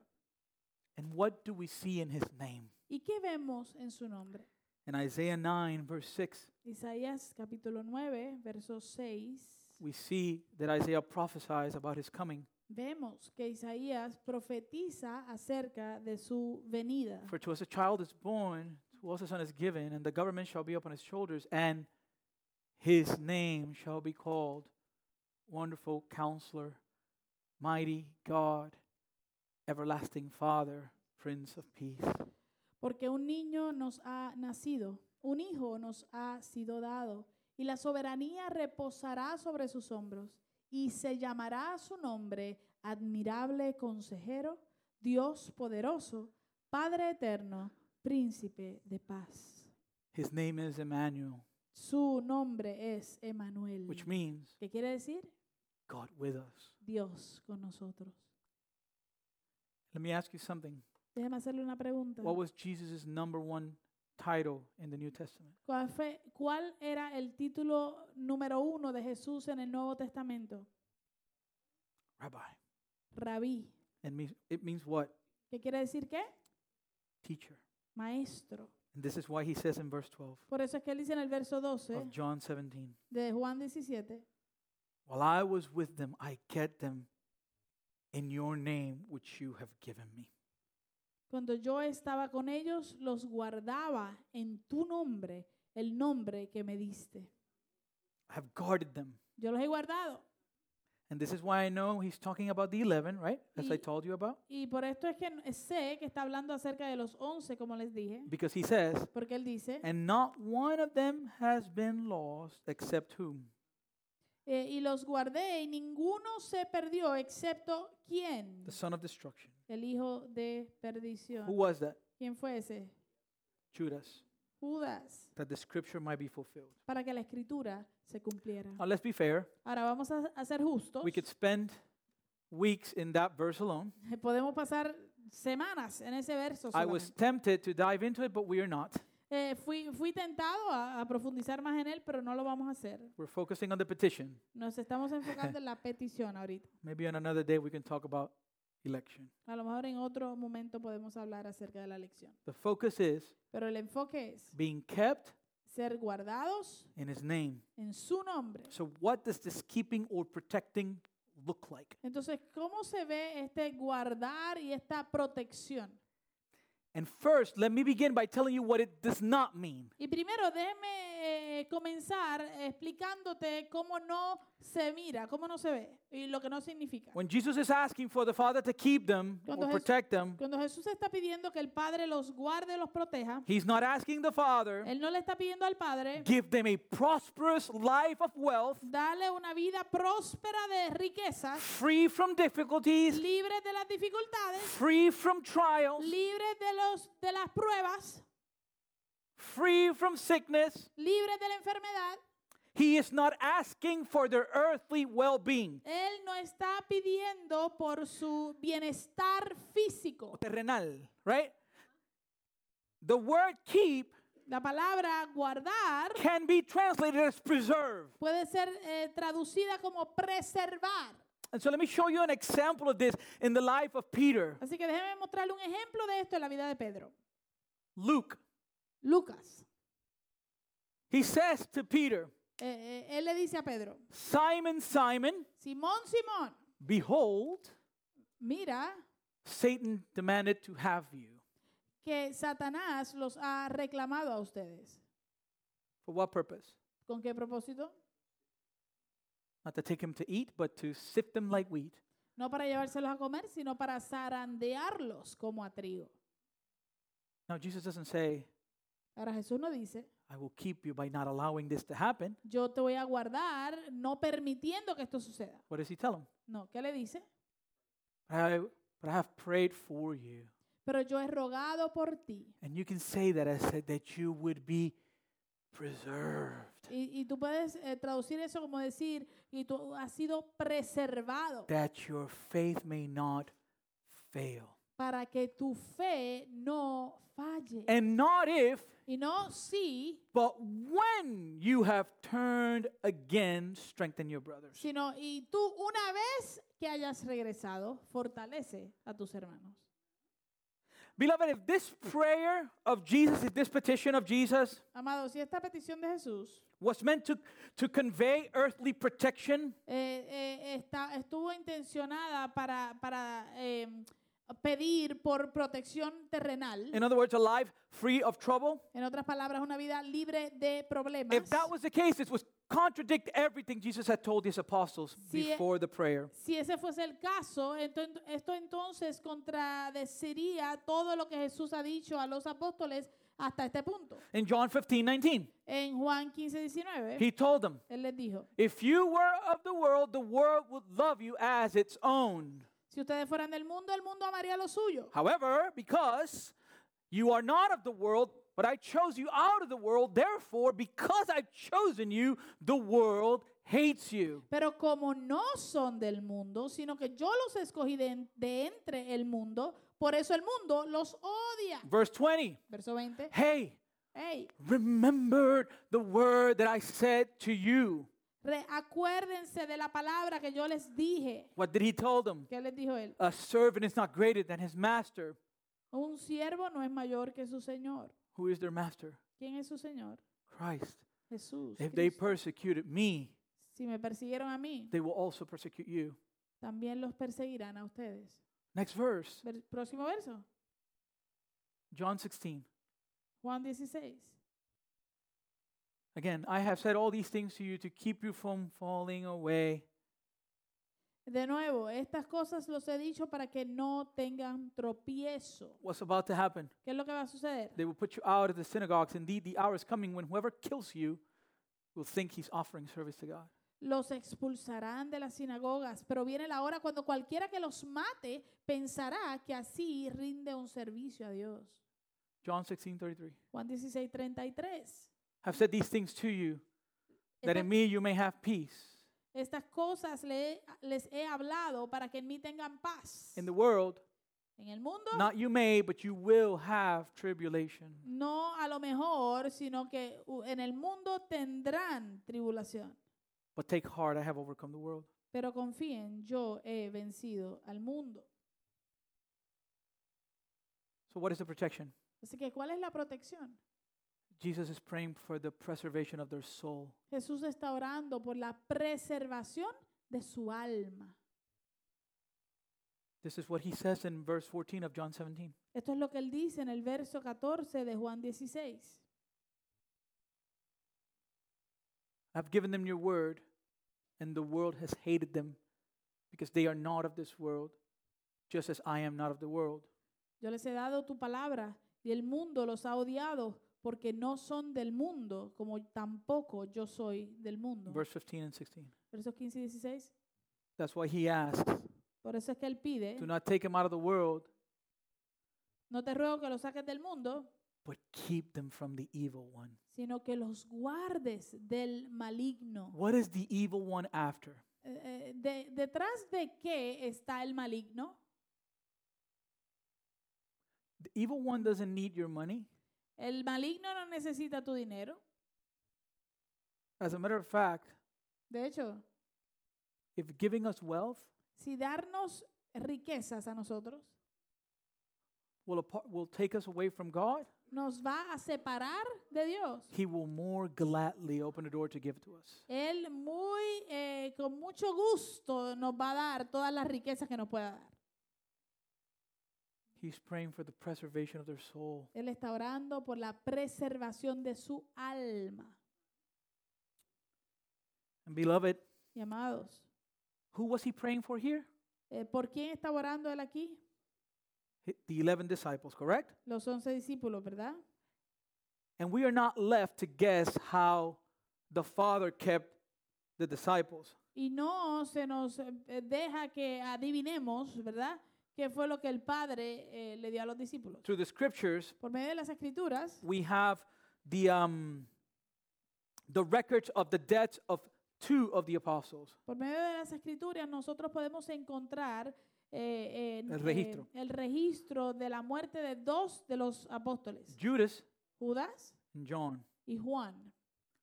Speaker 1: And what do we see in his name?
Speaker 2: ¿Y qué vemos en su nombre?
Speaker 1: In Isaiah 9, verse 6,
Speaker 2: Isaías capítulo 9, verso 6.
Speaker 1: we see that Isaiah prophesies about his coming.
Speaker 2: Vemos que Isaías profetiza acerca de su venida.
Speaker 1: For to us a child is born, to us a son is given, and the government shall be upon his shoulders, and his name shall be called Wonderful Counselor, Mighty God, Everlasting Father, Prince of Peace.
Speaker 2: Porque un niño nos ha nacido, un hijo nos ha sido dado, y la soberanía reposará sobre sus hombros, y se llamará a su nombre admirable consejero, Dios poderoso, Padre eterno, príncipe de paz.
Speaker 1: His name is Emmanuel,
Speaker 2: Su nombre es Emanuel.
Speaker 1: which means
Speaker 2: ¿Qué quiere decir?
Speaker 1: God with us.
Speaker 2: Dios con nosotros.
Speaker 1: Let me ask you something.
Speaker 2: Déjeme hacerle una pregunta.
Speaker 1: What was Jesus' number one title in the New Testament?
Speaker 2: ¿Cuál, fue- cuál era el título número uno de Jesús en el Nuevo Testamento?
Speaker 1: Rabbi.
Speaker 2: Rabí.
Speaker 1: It means, it means what?
Speaker 2: ¿Qué quiere decir qué?
Speaker 1: Teacher.
Speaker 2: Maestro.
Speaker 1: And this is why he says in verse 12
Speaker 2: Por eso es que él dice en el verso 12
Speaker 1: of John 17
Speaker 2: de Juan 17,
Speaker 1: While I was with them, I kept them in your name, which you have given me.
Speaker 2: cuando yo estaba con ellos, los guardaba en tu nombre, el nombre que me diste.
Speaker 1: I have guarded them.
Speaker 2: Yo los he guardado.
Speaker 1: And this is why I know he's talking about the 11, right? As I
Speaker 2: Y-
Speaker 1: told you about.
Speaker 2: Y por esto es que n- sé que está hablando acerca de los 11, como les dije,
Speaker 1: Because he says,
Speaker 2: porque él dice,
Speaker 1: And not one of them has been lost except whom?
Speaker 2: eh, y los guardé y ninguno se perdió excepto quién,
Speaker 1: The son of destruction.
Speaker 2: el hijo de
Speaker 1: Who
Speaker 2: perdición.
Speaker 1: was that?
Speaker 2: ¿Quién fue ese?
Speaker 1: Judas.
Speaker 2: Judas,
Speaker 1: That the scripture might be fulfilled.
Speaker 2: para que la escritura se cumpliera.
Speaker 1: Now, let's be fair.
Speaker 2: Ahora vamos a, a ser justos.
Speaker 1: We could spend weeks in that verse alone.
Speaker 2: Podemos pasar semanas en ese verso.
Speaker 1: I was
Speaker 2: solamente.
Speaker 1: tempted to dive into it, but we are not.
Speaker 2: Eh, fui, fui tentado a, a profundizar más en él, pero no lo vamos a hacer.
Speaker 1: We're focusing on the petition.
Speaker 2: Nos estamos enfocando en la petición ahorita.
Speaker 1: Maybe on another day we can talk about election.
Speaker 2: A lo mejor en otro momento podemos hablar acerca de la lección.
Speaker 1: The focus is
Speaker 2: Pero el enfoque es
Speaker 1: being kept
Speaker 2: ser guardados
Speaker 1: in his name.
Speaker 2: en su nombre.
Speaker 1: So, what does this keeping or protecting look like?
Speaker 2: Entonces, ¿cómo se ve este guardar y esta protección?
Speaker 1: And first, let me begin by telling you what it does not mean.
Speaker 2: Y primero, déjeme eh, comenzar explicándote cómo no se mira, cómo no se ve y lo que no significa.
Speaker 1: When Jesus is asking for the Father to keep them
Speaker 2: Cuando
Speaker 1: or
Speaker 2: Jes-
Speaker 1: protect them,
Speaker 2: Cuando Jesús está pidiendo que el Padre los guarde, los proteja,
Speaker 1: he's not asking the Father,
Speaker 2: Él no le está pidiendo al Padre
Speaker 1: give them a prosperous life of wealth,
Speaker 2: darle una vida próspera de riquezas,
Speaker 1: free from difficulties,
Speaker 2: libre de las dificultades,
Speaker 1: free from trials,
Speaker 2: libre de, los, de las pruebas,
Speaker 1: free from sickness.
Speaker 2: libre de la enfermedad.
Speaker 1: He is not asking for their earthly well being,
Speaker 2: Él no está pidiendo por su bienestar físico.
Speaker 1: terrenal, right? The word keep
Speaker 2: La palabra guardar
Speaker 1: can be translated as preserve.
Speaker 2: puede ser eh, traducida como preservar.
Speaker 1: And so let me show you an example of this in the life of Peter.
Speaker 2: Así que déjeme mostrarle un ejemplo de esto en la vida de Pedro.
Speaker 1: Luke,
Speaker 2: Lucas,
Speaker 1: he says to Peter,
Speaker 2: eh, eh, él le dice a Pedro,
Speaker 1: Simon, Simon,
Speaker 2: Simón, Simón,
Speaker 1: behold,
Speaker 2: mira
Speaker 1: Satan demanded to have you.
Speaker 2: que Satanás los ha reclamado a ustedes.
Speaker 1: For what purpose?
Speaker 2: ¿Con qué propósito?
Speaker 1: Not to take him to eat, but to sift them like wheat.
Speaker 2: No para llevárselos a comer, sino para zarandearlos como a trigo.
Speaker 1: Now, Jesus doesn't say,
Speaker 2: Ahora Jesús no dice,
Speaker 1: I will keep you by not allowing this to happen.
Speaker 2: yo te voy a guardar no permitiendo que esto suceda.
Speaker 1: What does he tell him?
Speaker 2: No, ¿qué le dice?
Speaker 1: I, but I have prayed for you.
Speaker 2: Pero yo he rogado por ti.
Speaker 1: And you can say that I said that you would be preserved.
Speaker 2: Y, y tú puedes eh, traducir eso como decir, y tú has sido preservado
Speaker 1: That your faith may not fail.
Speaker 2: para que tu fe no falle.
Speaker 1: And not if,
Speaker 2: Y no si,
Speaker 1: but when you have turned again, strengthen your brothers.
Speaker 2: sino y tú una vez que hayas regresado, fortalece a tus hermanos.
Speaker 1: Beloved, if this prayer of Jesus, if this petition of Jesus
Speaker 2: Amado, si esta petición de Jesús
Speaker 1: was meant to, to convey earthly protection,
Speaker 2: eh, eh, está- estuvo intencionada para, para eh, pedir por protección terrenal,
Speaker 1: in other words, a life free of trouble,
Speaker 2: en otras palabras, una vida libre de problemas.
Speaker 1: if that was the case, this would contradict everything Jesus had told his apostles
Speaker 2: Si e-
Speaker 1: before the prayer.
Speaker 2: Si ese fuese el caso, ento- ent- esto entonces contradeciría todo lo que Jesús ha dicho a los apóstoles hasta este punto.
Speaker 1: In John 15, 19,
Speaker 2: En Juan 15, 19,
Speaker 1: he told them,
Speaker 2: él les dijo,
Speaker 1: If you were of the world, the world would love you as its own.
Speaker 2: si ustedes fueran del mundo, el mundo amaría lo suyo.
Speaker 1: However, because you are not of the world, but But I chose you out of the world. Therefore, because I've chosen you, the world hates you.
Speaker 2: Pero como no son del mundo, sino que yo los escogí de, en- de entre el mundo, por eso el mundo los odia.
Speaker 1: Verse 20.
Speaker 2: Verso 20.
Speaker 1: Hey,
Speaker 2: Hey,
Speaker 1: remember the word that I said to you.
Speaker 2: re- acuérdense de la palabra que yo les dije.
Speaker 1: What did he tell them?
Speaker 2: ¿Qué les dijo él?
Speaker 1: A servant is not greater than his master.
Speaker 2: Un siervo no es mayor que su señor.
Speaker 1: Who is their master?
Speaker 2: ¿Quién es su señor?
Speaker 1: Christ.
Speaker 2: Jesús.
Speaker 1: If they
Speaker 2: Cristo.
Speaker 1: persecuted me,
Speaker 2: si me persiguieron a mí,
Speaker 1: they will also persecute you.
Speaker 2: también los perseguirán a ustedes.
Speaker 1: Next verse,
Speaker 2: Ver- próximo verso,
Speaker 1: John 16.
Speaker 2: Juan 16.
Speaker 1: Again, I have said all these things to you to keep you from falling away.
Speaker 2: De nuevo, estas cosas los he dicho para que no tengan tropiezo.
Speaker 1: What's about to happen?
Speaker 2: ¿Qué es lo que va a suceder?
Speaker 1: They will put you out of the synagogues. Indeed, the hour is coming when whoever kills you will think he's offering service to God.
Speaker 2: Los expulsarán de las sinagogas, pero viene la hora cuando cualquiera que los mate pensará que así rinde un servicio a Dios.
Speaker 1: John 16, 33.
Speaker 2: Juan 16, 33.
Speaker 1: I've said these things to you, that in me you may have peace.
Speaker 2: Estas cosas le- les he hablado para que en mí tengan paz.
Speaker 1: In the world,
Speaker 2: En el mundo,
Speaker 1: not you may, but you will have tribulation.
Speaker 2: no a lo mejor, sino que u- en el mundo tendrán tribulación.
Speaker 1: But take heart, I have overcome the world.
Speaker 2: Pero confíen, yo he vencido al mundo.
Speaker 1: So, what is the protection?
Speaker 2: Así que, ¿cuál es la protección?
Speaker 1: Jesus is praying for the preservation of their soul.
Speaker 2: Jesús está orando por la preservación de su alma.
Speaker 1: This is what he says in verse 14 of John 17.
Speaker 2: Esto es lo que él dice en el verso 14 de Juan 16.
Speaker 1: I've given them your word, and the world has hated them because they are not of this world, just as I am not of the world.
Speaker 2: Yo les he dado tu palabra y el mundo los ha odiado porque no son del mundo, como tampoco yo soy del mundo.
Speaker 1: Verse 15 and 16.
Speaker 2: Versos 15 y 16.
Speaker 1: That's why he asks,
Speaker 2: Por eso es que él pide,
Speaker 1: Do not take them out of the world,
Speaker 2: no te ruego que los saques del mundo,
Speaker 1: but keep them from the evil one.
Speaker 2: sino que los guardes del maligno.
Speaker 1: What is the evil one after?
Speaker 2: Eh, eh, de- ¿Detrás de qué está el maligno?
Speaker 1: The evil one doesn't need your money.
Speaker 2: El maligno no necesita tu dinero.
Speaker 1: As a matter of fact,
Speaker 2: De hecho,
Speaker 1: if giving us wealth
Speaker 2: si darnos riquezas a nosotros
Speaker 1: will, apart, will take us away from God,
Speaker 2: nos va a separar de Dios,
Speaker 1: he will more gladly open the door to give to us.
Speaker 2: Él muy, eh, con mucho gusto nos va a dar todas las riquezas que nos pueda dar.
Speaker 1: He's praying for the preservation of their soul.
Speaker 2: Él está orando por la preservación de su alma.
Speaker 1: And beloved,
Speaker 2: Y amados,
Speaker 1: who was he praying for here?
Speaker 2: eh, ¿por quién está orando Él aquí?
Speaker 1: Hi- The 11 disciples, correct?
Speaker 2: Los once discípulos, ¿verdad?
Speaker 1: And we are not left to guess how the Father kept the disciples.
Speaker 2: Y no se nos eh, deja que adivinemos, ¿verdad? ¿Qué fue lo que el Padre eh, le dio a los discípulos?
Speaker 1: Through the scriptures,
Speaker 2: Por medio de las escrituras
Speaker 1: we have the, um, the records of the deaths of two of the apostles.
Speaker 2: Por medio de las escrituras nosotros podemos encontrar eh, en,
Speaker 1: El registro.
Speaker 2: eh, el registro de la muerte de dos de los apóstoles,
Speaker 1: Judas
Speaker 2: Judas
Speaker 1: and John.
Speaker 2: y Juan.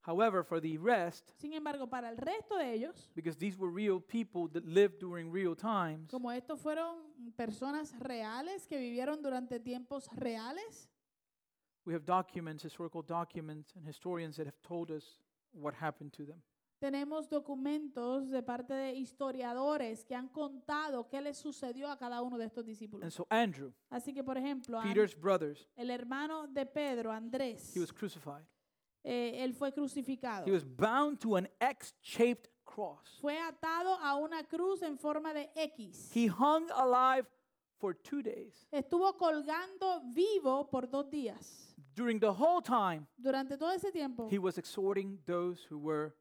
Speaker 1: However, for the rest,
Speaker 2: Sin embargo, para el resto de ellos,
Speaker 1: because these were real people that lived during real times,
Speaker 2: como estos fueron personas reales que vivieron durante tiempos reales,
Speaker 1: we have documents, historical documents, and historians that have told us what happened to them.
Speaker 2: tenemos documentos de parte de historiadores que han contado qué les sucedió a cada uno de estos
Speaker 1: And
Speaker 2: discípulos.
Speaker 1: so Andrew,
Speaker 2: Así que, por ejemplo, An-
Speaker 1: Peter's brothers,
Speaker 2: el hermano de Pedro, Andrés,
Speaker 1: he was crucified.
Speaker 2: eh, él fue crucificado.
Speaker 1: He was bound to an X-shaped cross.
Speaker 2: fue atado a una cruz en forma de X.
Speaker 1: He hung alive for two days.
Speaker 2: Estuvo colgando vivo por dos días.
Speaker 1: During the whole time,
Speaker 2: Durante todo ese tiempo,
Speaker 1: he was exhorting those who were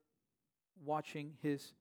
Speaker 1: watching his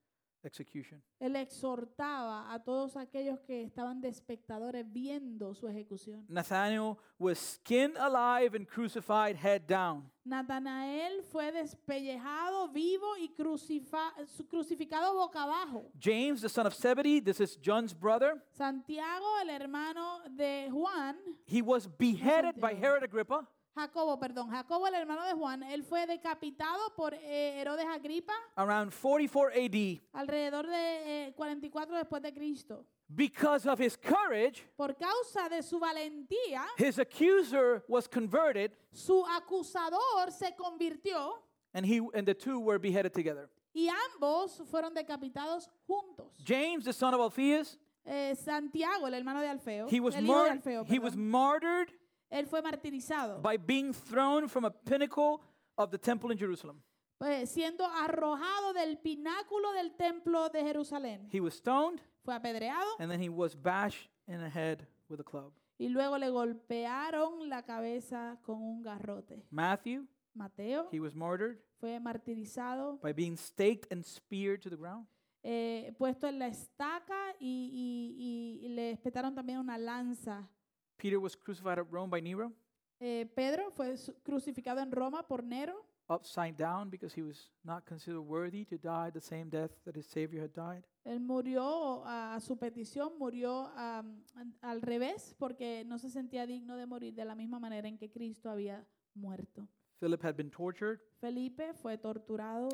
Speaker 1: execution.
Speaker 2: Él exhortaba a todos aquellos que estaban de espectadores viendo su ejecución.
Speaker 1: Nathanael was skinned alive and crucified head down.
Speaker 2: Natanael fue despellejado vivo y crucifa- su- crucificado boca abajo.
Speaker 1: James, the son of Zebedee, this is John's brother,
Speaker 2: Santiago, el hermano de Juan,
Speaker 1: he was beheaded by Herod Agrippa.
Speaker 2: Jacobo, perdón, Jacobo, el hermano de Juan, él fue decapitado por eh, Herodes Agripa
Speaker 1: around 44 AD
Speaker 2: alrededor de eh, 44 después de Cristo.
Speaker 1: because of his courage.
Speaker 2: Por causa de su valentía,
Speaker 1: His accuser was converted,
Speaker 2: su acusador se convirtió
Speaker 1: and he and the two were beheaded together.
Speaker 2: y ambos fueron decapitados juntos.
Speaker 1: James, the son of Alphaeus,
Speaker 2: Eh, Santiago, el hermano de Alfeo,
Speaker 1: he was,
Speaker 2: el hijo de
Speaker 1: mar-
Speaker 2: Alfeo,
Speaker 1: he was
Speaker 2: perdón,
Speaker 1: martyred
Speaker 2: él fue martirizado,
Speaker 1: by being thrown from a pinnacle of the temple in Jerusalem.
Speaker 2: pues, siendo arrojado del pináculo del templo de Jerusalén.
Speaker 1: He was stoned,
Speaker 2: Fue apedreado
Speaker 1: and then he was bashed in the head with a club.
Speaker 2: y luego le golpearon la cabeza con un garrote.
Speaker 1: Matthew,
Speaker 2: Mateo
Speaker 1: he was martyred
Speaker 2: fue martirizado,
Speaker 1: by being staked and speared to the ground.
Speaker 2: eh, puesto en la estaca y, y- y le espetaron también una lanza.
Speaker 1: Peter was crucified at Rome by Nero,
Speaker 2: Eh, Pedro fue su- crucificado en Roma por Nero.
Speaker 1: upside down because he was not considered worthy to die the same death that his Savior had died.
Speaker 2: Él murió a a su petición, murió am, an- al revés porque no se sentía digno de morir de la misma manera en que Cristo había muerto.
Speaker 1: Philip had been tortured,
Speaker 2: Felipe fue torturado,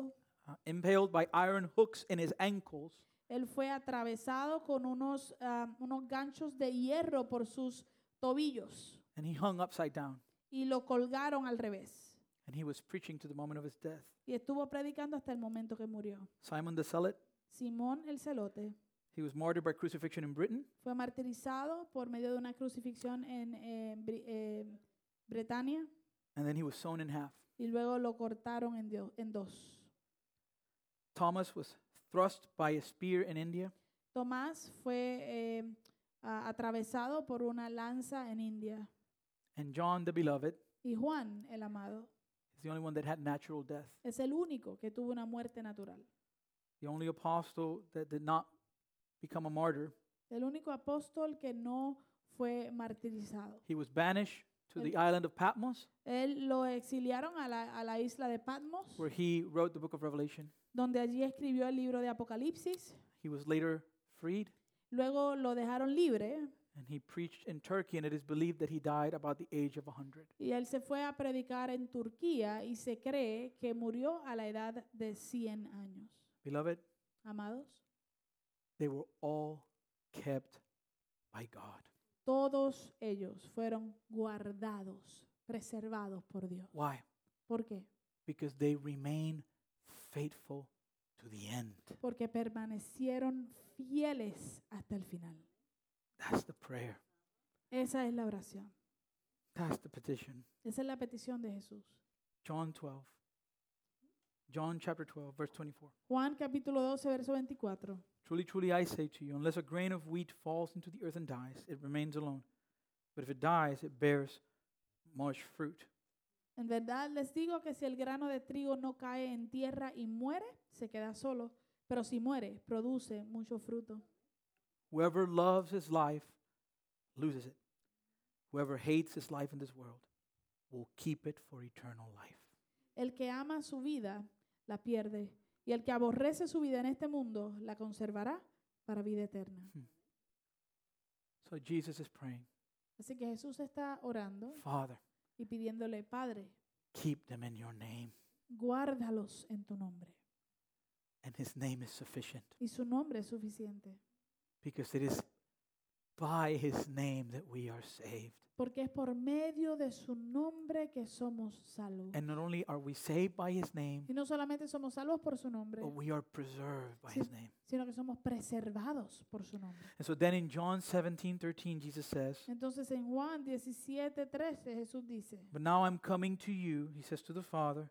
Speaker 1: uh, impaled by iron hooks in his ankles,
Speaker 2: él fue atravesado con unos, am, unos ganchos de hierro por sus tobillos
Speaker 1: and he hung upside down,
Speaker 2: y lo colgaron al revés.
Speaker 1: and he was preaching to the moment of his death.
Speaker 2: Y estuvo predicando hasta el momento que murió.
Speaker 1: Simon the Zealot,
Speaker 2: Simón el Celote
Speaker 1: he was martyred by crucifixion in Britain,
Speaker 2: fue martirizado por medio de una crucifixión en eh, Bri- eh, Bretaña.
Speaker 1: and then he was sewn in half.
Speaker 2: y luego lo cortaron en, dio- en dos.
Speaker 1: Thomas was thrust by a spear in India,
Speaker 2: Tomás fue eh, a- atravesado por una lanza en India
Speaker 1: and John the Beloved
Speaker 2: y Juan el amado
Speaker 1: is the only one that had natural death,
Speaker 2: es el único que tuvo una muerte natural,
Speaker 1: the only apostle that did not become a martyr.
Speaker 2: el único apóstol que no fue martirizado.
Speaker 1: He was banished to the island of Patmos,
Speaker 2: Él lo exiliaron a la, a la isla de Patmos,
Speaker 1: where he wrote the book of Revelation.
Speaker 2: donde allí escribió el libro de Apocalipsis.
Speaker 1: He was later freed,
Speaker 2: Luego lo dejaron libre
Speaker 1: and he preached in Turkey, and it is believed that he died about the age of 100.
Speaker 2: y él se fue a predicar en Turquía y se cree que murió a la edad de 100 años.
Speaker 1: Beloved,
Speaker 2: Amados,
Speaker 1: they were all kept by God.
Speaker 2: todos ellos fueron guardados, preservados por Dios.
Speaker 1: Why?
Speaker 2: ¿Por qué?
Speaker 1: Because they remain faithful to the end.
Speaker 2: Porque permanecieron fieles hasta el final.
Speaker 1: That's the prayer.
Speaker 2: Esa es la oración.
Speaker 1: That's the petition.
Speaker 2: Esa es la petición de Jesús.
Speaker 1: John 12. John chapter 12, verse 24.
Speaker 2: Juan capítulo 12, verso 24.
Speaker 1: Truly, truly, I say to you, unless a grain of wheat falls into the earth and dies, it remains alone. But if it dies, it bears much fruit.
Speaker 2: En verdad les digo que si el grano de trigo no cae en tierra y muere, se queda solo. Pero si muere, produce mucho fruto.
Speaker 1: Whoever loves his life loses it. Whoever hates his life in this world will keep it for eternal life.
Speaker 2: El que ama su vida, la pierde. Y el que aborrece su vida en este mundo, la conservará para vida eterna.
Speaker 1: Hmm. So Jesus is praying,
Speaker 2: Así que Jesús está orando
Speaker 1: Father,
Speaker 2: y pidiéndole, Padre,
Speaker 1: keep them in your name,
Speaker 2: guárdalos en tu nombre.
Speaker 1: and his name is sufficient
Speaker 2: Y su nombre es suficiente,
Speaker 1: because it is by his name that we are saved.
Speaker 2: porque es por medio de su nombre que somos salvos.
Speaker 1: And not only are we saved by his name,
Speaker 2: Y no solamente somos salvos por su nombre,
Speaker 1: but we are preserved by his name.
Speaker 2: sino que somos preservados por su nombre.
Speaker 1: And so then in John 17 13, Jesus says,
Speaker 2: Entonces en Juan 17, 13 Jesús dice,
Speaker 1: But now I'm coming to you, he says to the Father,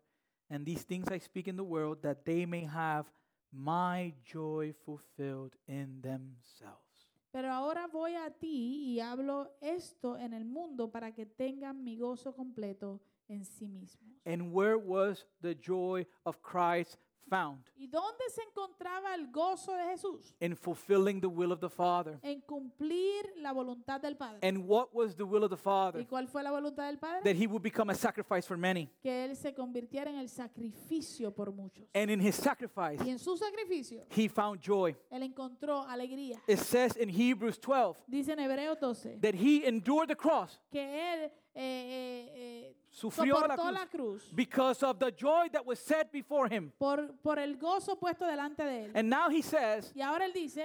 Speaker 1: and these things I speak in the world that they may have my joy fulfilled in themselves.
Speaker 2: pero ahora voy a ti y hablo esto en el mundo para que tengan mi gozo completo en sí mismos.
Speaker 1: And where was the joy of Christ found?
Speaker 2: ¿Y dónde se encontraba el gozo de Jesús?
Speaker 1: In fulfilling the will of the Father.
Speaker 2: En cumplir la voluntad del Padre.
Speaker 1: And what was the will of the Father?
Speaker 2: ¿Y cuál fue la voluntad del Padre?
Speaker 1: That he would become a sacrifice for many.
Speaker 2: que Él se convirtiera en el sacrificio por muchos.
Speaker 1: And in his sacrifice,
Speaker 2: Y en su sacrificio,
Speaker 1: he found joy.
Speaker 2: Él encontró alegría.
Speaker 1: It says in Hebrews 12
Speaker 2: Dice en Hebreos 12
Speaker 1: that he endured the cross,
Speaker 2: que Él eh, eh, eh,
Speaker 1: sufrió la
Speaker 2: soportó
Speaker 1: cruz,
Speaker 2: la cruz
Speaker 1: because of the joy that was set before him.
Speaker 2: por, por el gozo puesto delante de Él.
Speaker 1: And now he says
Speaker 2: Y ahora Él dice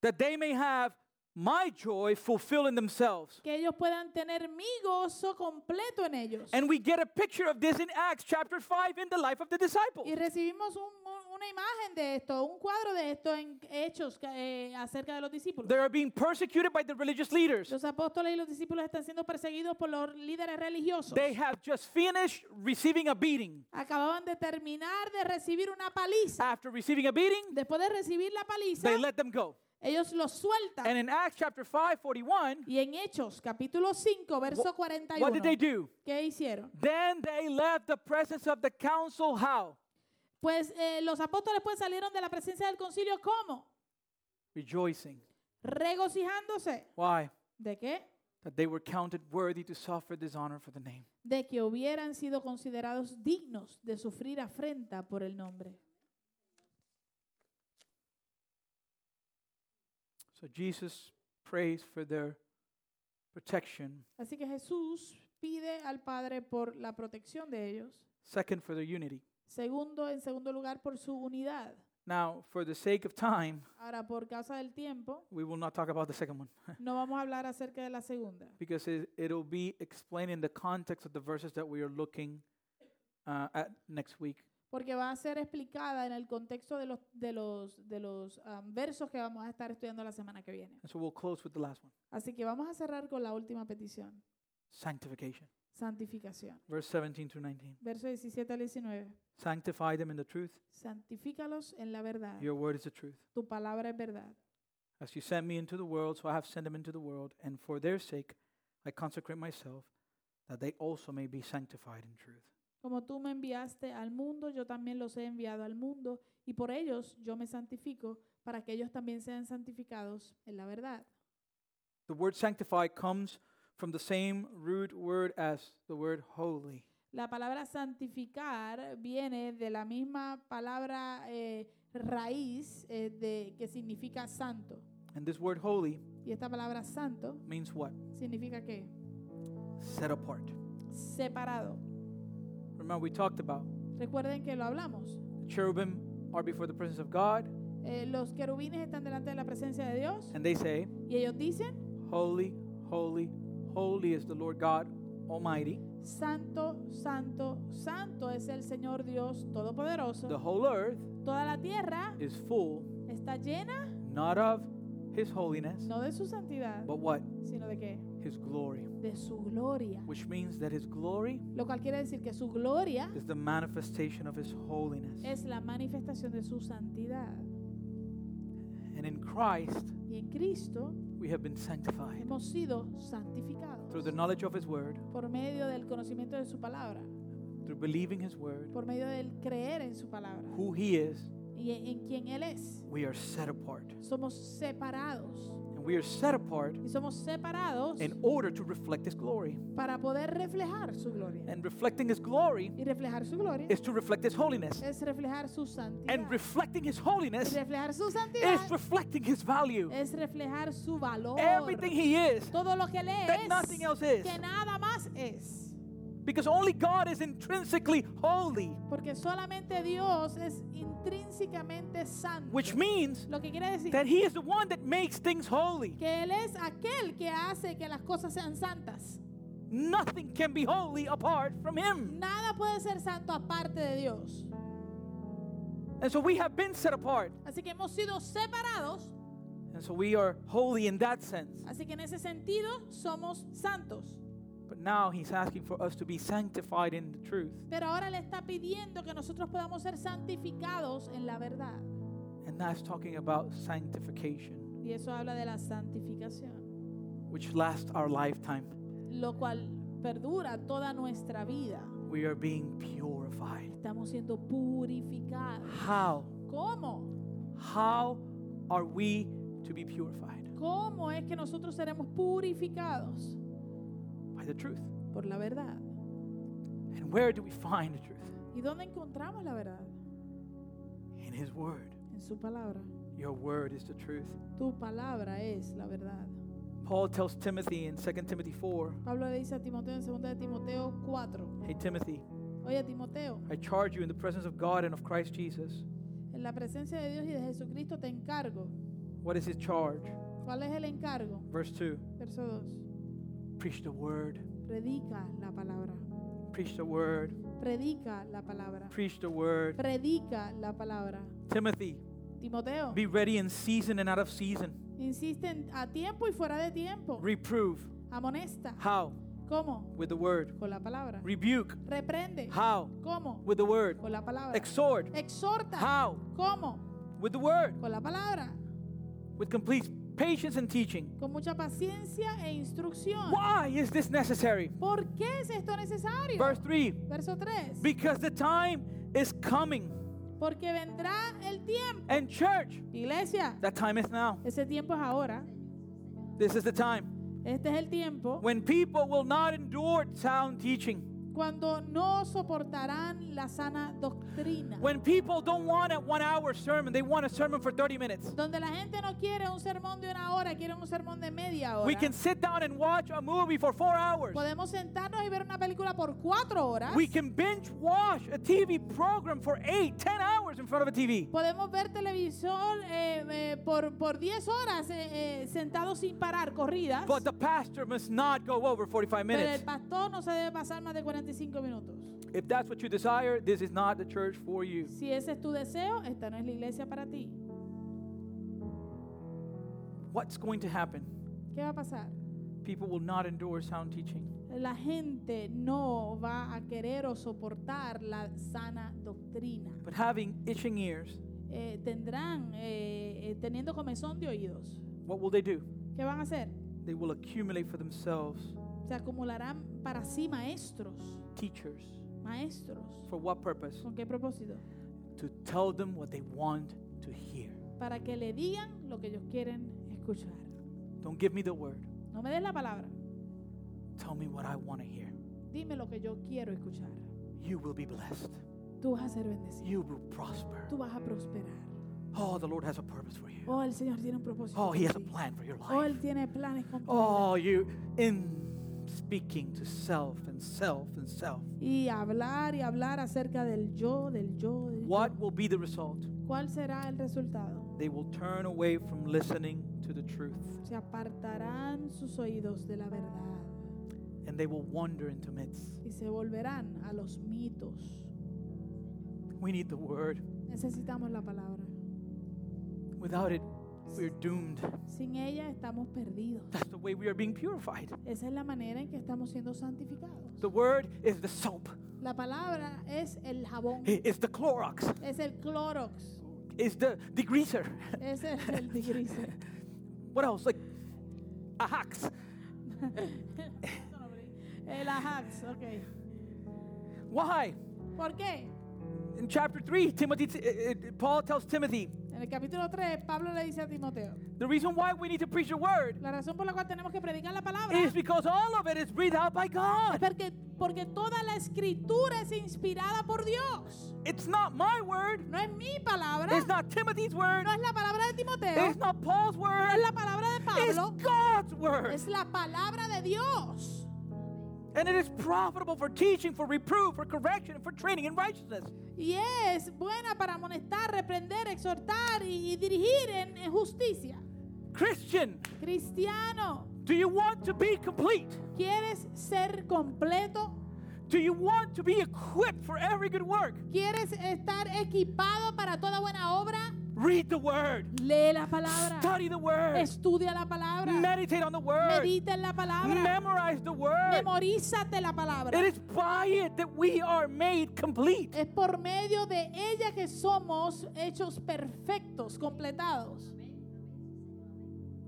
Speaker 1: that they may have my joy fulfilled in themselves.
Speaker 2: que ellos puedan tener mi gozo completo en ellos.
Speaker 1: And we get a picture of this in Acts chapter 5 in the life of the disciples.
Speaker 2: Y recibimos un- un- una imagen de esto, un cuadro de esto en Hechos eh, acerca de los discípulos.
Speaker 1: They are being persecuted by the religious leaders.
Speaker 2: Los apóstoles y los discípulos están siendo perseguidos por los líderes religiosos.
Speaker 1: They have just finished receiving a beating.
Speaker 2: Acababan de terminar de recibir una paliza.
Speaker 1: After receiving a beating,
Speaker 2: Después de recibir la paliza,
Speaker 1: they let them go.
Speaker 2: ellos los
Speaker 1: And
Speaker 2: sueltan.
Speaker 1: in Acts chapter 5, 41,
Speaker 2: Y en Hechos, capítulo 5, verso
Speaker 1: what did they
Speaker 2: 41,
Speaker 1: do?
Speaker 2: ¿qué hicieron?
Speaker 1: Then they left the presence of the council how?
Speaker 2: Pues eh, los apóstoles pues salieron de la presencia del concilio ¿cómo?
Speaker 1: Rejoicing.
Speaker 2: Regocijándose.
Speaker 1: Why?
Speaker 2: ¿De qué?
Speaker 1: That they were counted worthy to suffer dishonor for the name.
Speaker 2: De que hubieran sido considerados dignos de sufrir afrenta por el nombre.
Speaker 1: So Jesus prays for their protection,
Speaker 2: Así que Jesús pide al Padre por la protección de ellos.
Speaker 1: second, for their unity.
Speaker 2: Segundo, en segundo lugar, por su unidad.
Speaker 1: Now, for the sake of time,
Speaker 2: Ahora, por causa del tiempo,
Speaker 1: we will not talk about the second one
Speaker 2: No vamos a hablar acerca de la segunda,
Speaker 1: because it, it'll be explained in the context of the verses that we are looking uh, at next week.
Speaker 2: porque va a ser explicada en el contexto de los de los de los am, versos que vamos a estar estudiando la semana que viene.
Speaker 1: And so we'll close with the last one
Speaker 2: Así que vamos a cerrar con la última petición,
Speaker 1: sanctification.
Speaker 2: santificación.
Speaker 1: Verse 17 through 19.
Speaker 2: Verso 17 al 19.
Speaker 1: Sanctify them in the truth.
Speaker 2: Santifícalos en la verdad.
Speaker 1: Your word is the truth.
Speaker 2: Tu palabra es verdad.
Speaker 1: As you sent me into the world, so I have sent them into the world, and for their sake I consecrate myself, that they also may be sanctified in truth.
Speaker 2: Como tú me enviaste al mundo, yo también los he enviado al mundo, y por ellos yo me santifico, para que ellos también sean santificados en la verdad.
Speaker 1: The word sanctify comes from the same root word as the word holy.
Speaker 2: La palabra santificar viene de la misma palabra eh, raíz eh, de, que significa santo.
Speaker 1: And this word holy
Speaker 2: Y esta palabra santo
Speaker 1: means what?
Speaker 2: significa qué?
Speaker 1: Set apart.
Speaker 2: Separado.
Speaker 1: Remember, we talked about
Speaker 2: Recuerden que lo hablamos.
Speaker 1: the cherubim are before the presence of God,
Speaker 2: Eh, los querubines están delante de la presencia de Dios
Speaker 1: and they say,
Speaker 2: y ellos dicen,
Speaker 1: Holy, holy, holy is the Lord God Almighty.
Speaker 2: santo, santo, santo es el Señor Dios
Speaker 1: The
Speaker 2: Todopoderoso.
Speaker 1: whole earth
Speaker 2: Toda la tierra
Speaker 1: is full,
Speaker 2: está llena
Speaker 1: not of his holiness,
Speaker 2: no de su santidad,
Speaker 1: but what?
Speaker 2: sino de qué?
Speaker 1: His glory.
Speaker 2: De su gloria.
Speaker 1: which means that his glory
Speaker 2: Lo cual quiere decir que su gloria
Speaker 1: is the manifestation of his holiness.
Speaker 2: es la manifestación de su santidad.
Speaker 1: And in Christ,
Speaker 2: Y en Cristo
Speaker 1: we have been sanctified
Speaker 2: hemos sido
Speaker 1: through the
Speaker 2: santificados
Speaker 1: knowledge of his word,
Speaker 2: por medio del conocimiento de su palabra,
Speaker 1: through believing his word,
Speaker 2: por medio del creer en su palabra
Speaker 1: who he is,
Speaker 2: y en, en quien Él es.
Speaker 1: we are set apart.
Speaker 2: Somos separados
Speaker 1: And we are set apart
Speaker 2: y somos separados
Speaker 1: in order to reflect his glory.
Speaker 2: para poder reflejar su gloria.
Speaker 1: And reflecting his glory
Speaker 2: Y reflejar su gloria
Speaker 1: is to reflect his holiness.
Speaker 2: es reflejar su santidad.
Speaker 1: And reflecting his
Speaker 2: Y
Speaker 1: holiness
Speaker 2: reflejar su
Speaker 1: is
Speaker 2: santidad
Speaker 1: reflecting his value.
Speaker 2: es reflejar su valor.
Speaker 1: Everything he is
Speaker 2: Todo lo que Él
Speaker 1: that nothing
Speaker 2: es,
Speaker 1: else is.
Speaker 2: que nada más es.
Speaker 1: Because only God is intrinsically holy,
Speaker 2: Porque solamente Dios es intrínsecamente santo.
Speaker 1: which means
Speaker 2: lo que quiere decir
Speaker 1: that he is the one that makes things holy.
Speaker 2: que Él es aquel que hace que las cosas sean santas.
Speaker 1: Nothing can be holy apart from him.
Speaker 2: Nada puede ser santo aparte de Dios.
Speaker 1: And so we have been set apart.
Speaker 2: Así que hemos sido separados.
Speaker 1: And so we are holy in that sense.
Speaker 2: Así que en ese sentido somos santos.
Speaker 1: But now he's asking for us to be sanctified in the truth.
Speaker 2: Pero ahora le está pidiendo que nosotros podamos ser santificados en la verdad.
Speaker 1: And that's talking about sanctification,
Speaker 2: Y eso habla de la santificación,
Speaker 1: which lasts our lifetime.
Speaker 2: lo cual perdura toda nuestra vida.
Speaker 1: we are being purified.
Speaker 2: Estamos siendo purificados.
Speaker 1: How?
Speaker 2: ¿Cómo?
Speaker 1: How are we to be purified?
Speaker 2: ¿Cómo es que nosotros seremos purificados?
Speaker 1: By the truth.
Speaker 2: Por la verdad.
Speaker 1: And where do we find the truth?
Speaker 2: ¿Y dónde encontramos la verdad?
Speaker 1: In His Word.
Speaker 2: En su palabra.
Speaker 1: Your Word is the truth.
Speaker 2: Tu palabra es la verdad.
Speaker 1: Paul tells Timothy in 2 Timothy 4
Speaker 2: Pablo le dice a Timoteo en 2 de Timoteo 4.
Speaker 1: Hey, Timothy,
Speaker 2: Oye, Timoteo,
Speaker 1: I charge you in the presence of God and of Christ Jesus.
Speaker 2: en la presencia de Dios y de Jesucristo te encargo.
Speaker 1: What is his charge?
Speaker 2: ¿Cuál es el encargo?
Speaker 1: Verse 2
Speaker 2: Verso 2.
Speaker 1: Preach the Word.
Speaker 2: Predica la palabra.
Speaker 1: Preach the Word.
Speaker 2: Predica la palabra.
Speaker 1: Preach the Word.
Speaker 2: Predica la palabra.
Speaker 1: Timothy,
Speaker 2: Timoteo,
Speaker 1: be ready in season and out of season.
Speaker 2: insiste en- a tiempo y fuera de tiempo.
Speaker 1: Reprove.
Speaker 2: Amonesta.
Speaker 1: How?
Speaker 2: ¿Cómo?
Speaker 1: With the Word.
Speaker 2: Con la palabra.
Speaker 1: Rebuke.
Speaker 2: Reprende.
Speaker 1: How?
Speaker 2: ¿Cómo?
Speaker 1: With the Word.
Speaker 2: Con la palabra.
Speaker 1: Exhort.
Speaker 2: Exhorta.
Speaker 1: How?
Speaker 2: ¿Cómo?
Speaker 1: With the Word.
Speaker 2: Con la palabra.
Speaker 1: With complete patience and teaching.
Speaker 2: Con mucha paciencia e instrucción.
Speaker 1: Why is this necessary?
Speaker 2: ¿Por qué es esto necesario?
Speaker 1: Verse 3
Speaker 2: Verso 3.
Speaker 1: Because the time is coming.
Speaker 2: Porque vendrá el tiempo.
Speaker 1: And, church,
Speaker 2: Iglesia,
Speaker 1: that time is now.
Speaker 2: ese tiempo es ahora.
Speaker 1: This is the time
Speaker 2: Este es el tiempo
Speaker 1: when people will not endure sound teaching,
Speaker 2: cuando no soportarán la sana doctrina.
Speaker 1: when people don't want a one hour sermon, they want a sermon for 30 minutes.
Speaker 2: Donde la gente no quiere un sermón de una hora, quieren un sermón de media hora.
Speaker 1: We can sit down and watch a movie for four hours.
Speaker 2: Podemos sentarnos y ver una película por cuatro horas.
Speaker 1: We can binge watch a TV program for eight, ten hours in front of a TV.
Speaker 2: Podemos ver televisión eh, eh, por, por 10 horas eh, eh, sentados sin parar, corridas.
Speaker 1: But the pastor must not go over 45
Speaker 2: Pero el
Speaker 1: minutes.
Speaker 2: pastor no se debe pasar más de 45 minutos.
Speaker 1: If that's what you desire, this is not the church for you.
Speaker 2: Si ese es tu deseo, esta no es la iglesia para ti.
Speaker 1: What's going to happen?
Speaker 2: ¿Qué va a pasar?
Speaker 1: People will not endure sound teaching.
Speaker 2: La gente no va a querer o soportar la sana doctrina.
Speaker 1: But having itching ears,
Speaker 2: Eh, tendrán, eh, eh, teniendo comezón de oídos,
Speaker 1: what will they do?
Speaker 2: ¿qué van a hacer?
Speaker 1: They will accumulate for themselves
Speaker 2: Se acumularán para sí maestros.
Speaker 1: teachers.
Speaker 2: Maestros.
Speaker 1: For what purpose?
Speaker 2: ¿Con qué propósito?
Speaker 1: To tell them what they want to hear.
Speaker 2: Para que le digan lo que ellos quieren escuchar.
Speaker 1: Don't give me the word.
Speaker 2: No me des la palabra.
Speaker 1: Tell me what I want to hear.
Speaker 2: Dime lo que yo quiero escuchar.
Speaker 1: You will be blessed.
Speaker 2: Tú vas a ser bendecido.
Speaker 1: You will prosper.
Speaker 2: Tú vas a prosperar.
Speaker 1: Oh, the Lord has a purpose for you.
Speaker 2: Oh, el Señor tiene un propósito.
Speaker 1: Oh, He has a
Speaker 2: para ti.
Speaker 1: plan for your
Speaker 2: Oh, Él
Speaker 1: life.
Speaker 2: tiene planes con tu vida.
Speaker 1: Oh, you in speaking to self and self and self.
Speaker 2: y hablar y hablar acerca del yo, del yo, del yo.
Speaker 1: What will be the result?
Speaker 2: ¿Cuál será el resultado?
Speaker 1: They will turn away from listening to the truth
Speaker 2: Se apartarán sus oídos de la verdad
Speaker 1: and they will wander into myths.
Speaker 2: y se volverán a los mitos.
Speaker 1: We need the word.
Speaker 2: Necesitamos la palabra.
Speaker 1: Without it, we're doomed.
Speaker 2: Sin ella estamos perdidos.
Speaker 1: That's the way we are being purified.
Speaker 2: Esa es la manera en que estamos siendo santificados.
Speaker 1: The word is the soap.
Speaker 2: La palabra es el jabón,
Speaker 1: I- It's the Clorox.
Speaker 2: es el Clorox,
Speaker 1: It's the degreaser.
Speaker 2: es el, el digriser.
Speaker 1: What else? Like a hacks.
Speaker 2: el Ajax, ok.
Speaker 1: Why?
Speaker 2: ¿Por qué?
Speaker 1: In chapter 3, Timothy t- uh, uh, Paul tells Timothy,
Speaker 2: En el capítulo 3, Pablo le dice a Timoteo,
Speaker 1: the reason why we need to preach the word
Speaker 2: la razón por la cual tenemos que predicar la palabra
Speaker 1: is because all of it is breathed out by God.
Speaker 2: Porque, porque toda la escritura es inspirada por Dios.
Speaker 1: It's not my word.
Speaker 2: No es mi palabra,
Speaker 1: It's not Timothy's word.
Speaker 2: no es la palabra de Timoteo,
Speaker 1: It's not Paul's
Speaker 2: no es
Speaker 1: word.
Speaker 2: la palabra de
Speaker 1: It's
Speaker 2: Pablo,
Speaker 1: God's word.
Speaker 2: es la palabra de Dios.
Speaker 1: And it is profitable for teaching, for reproof, for correction, and for training in righteousness.
Speaker 2: Y es buena para amonestar, reprender, exhortar y, y dirigir en, en justicia.
Speaker 1: Christian,
Speaker 2: Cristiano,
Speaker 1: do you want to be complete?
Speaker 2: ¿quieres ser completo?
Speaker 1: Do you want to be equipped for every good work?
Speaker 2: ¿Quieres estar equipado para toda buena obra?
Speaker 1: Read the word.
Speaker 2: Lee la palabra,
Speaker 1: Study the word.
Speaker 2: estudia la palabra,
Speaker 1: Meditate on the word.
Speaker 2: medita en la palabra.
Speaker 1: Memorize the word.
Speaker 2: Memorízate la palabra.
Speaker 1: It is by it that we are made complete.
Speaker 2: Es por medio de ella que somos hechos perfectos, completados.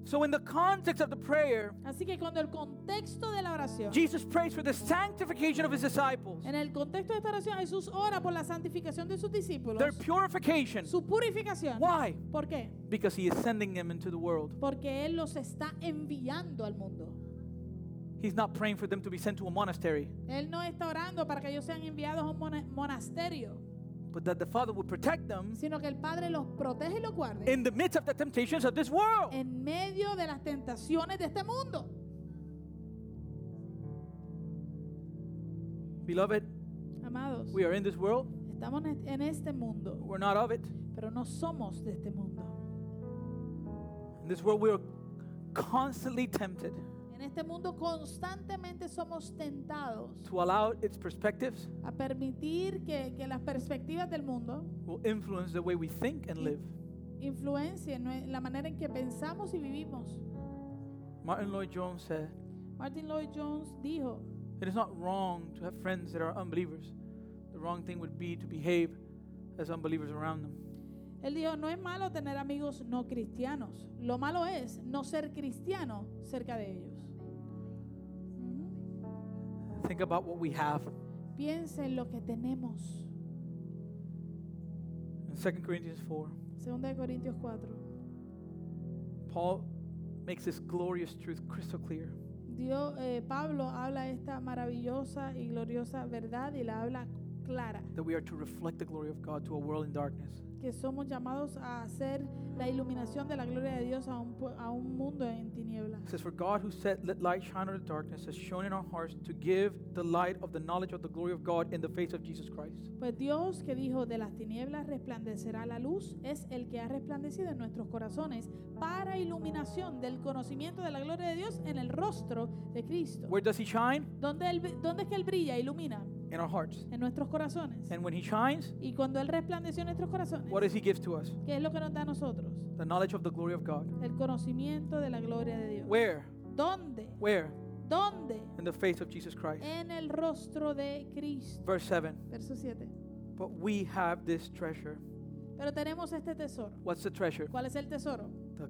Speaker 1: So, in the context of the prayer,
Speaker 2: Así que cuando el contexto de la oración,
Speaker 1: Jesus prays for the sanctification of his disciples,
Speaker 2: en el contexto de esta oración, Jesús ora por la santificación de sus discípulos,
Speaker 1: their purification.
Speaker 2: su purificación.
Speaker 1: Why?
Speaker 2: ¿Por qué?
Speaker 1: Because he is sending them into the world.
Speaker 2: Porque Él los está enviando al mundo.
Speaker 1: He's not praying for them to be sent to a monastery,
Speaker 2: Él no está orando para que ellos sean enviados a un mona- monasterio,
Speaker 1: but that the Father would protect them
Speaker 2: sino que el Padre los protege y los guarde
Speaker 1: in the midst of the temptations of this world.
Speaker 2: en medio de las tentaciones de este mundo.
Speaker 1: Beloved,
Speaker 2: Amados,
Speaker 1: we are in this world,
Speaker 2: estamos en en este mundo,
Speaker 1: but we're not of it.
Speaker 2: pero no somos de este mundo.
Speaker 1: In this world, we are constantly tempted
Speaker 2: En este mundo constantemente somos tentados
Speaker 1: to allow its perspectives
Speaker 2: a permitir que, que las perspectivas del mundo
Speaker 1: will influence the way we think and live.
Speaker 2: influencien nue- la manera en que pensamos y vivimos.
Speaker 1: Martin Lloyd Jones said,
Speaker 2: Martin Lloyd Jones dijo,
Speaker 1: It is not wrong to have friends that are unbelievers. The wrong thing would be to behave as unbelievers around them.
Speaker 2: Él dijo, no es malo tener amigos no cristianos. Lo malo es no ser cristiano cerca de ellos. Ujú.
Speaker 1: Think about what we have.
Speaker 2: Piensa en lo que tenemos.
Speaker 1: In 2 Corinthians 4,
Speaker 2: Segunda de Corintios 4.
Speaker 1: Paul makes this glorious truth crystal clear.
Speaker 2: Dios, eh, Pablo habla esta maravillosa y gloriosa verdad y la habla clara,
Speaker 1: that we are to reflect the glory of God to a world in darkness.
Speaker 2: que somos llamados a hacer la iluminación de la gloria de Dios a un, pue- a un mundo en tinieblas.
Speaker 1: It says, For God who said, Let light shine out of darkness, has shown in our hearts to give the light of the knowledge of the glory of God in the face of Jesus Christ.
Speaker 2: Pues Dios que dijo, de las tinieblas resplandecerá la luz, es el que ha resplandecido en nuestros corazones para iluminación del conocimiento de la gloria de Dios en el rostro de Cristo.
Speaker 1: Where does He shine?
Speaker 2: ¿Dónde, él bri- dónde es que Él brilla, e ilumina?
Speaker 1: In our hearts.
Speaker 2: En nuestros corazones.
Speaker 1: And when He shines,
Speaker 2: Y cuando Él resplandeció en nuestros corazones,
Speaker 1: what does He give to us?
Speaker 2: ¿qué es lo que nos da a nosotros?
Speaker 1: The knowledge of the glory of God.
Speaker 2: El conocimiento de la gloria de Dios.
Speaker 1: Where?
Speaker 2: ¿Dónde?
Speaker 1: Where?
Speaker 2: ¿Dónde?
Speaker 1: In the face of Jesus Christ.
Speaker 2: En el rostro de Cristo.
Speaker 1: Verse 7.
Speaker 2: Verso 7.
Speaker 1: But we have this treasure.
Speaker 2: Pero tenemos este tesoro.
Speaker 1: What's the treasure?
Speaker 2: ¿Cuál es el tesoro?
Speaker 1: The,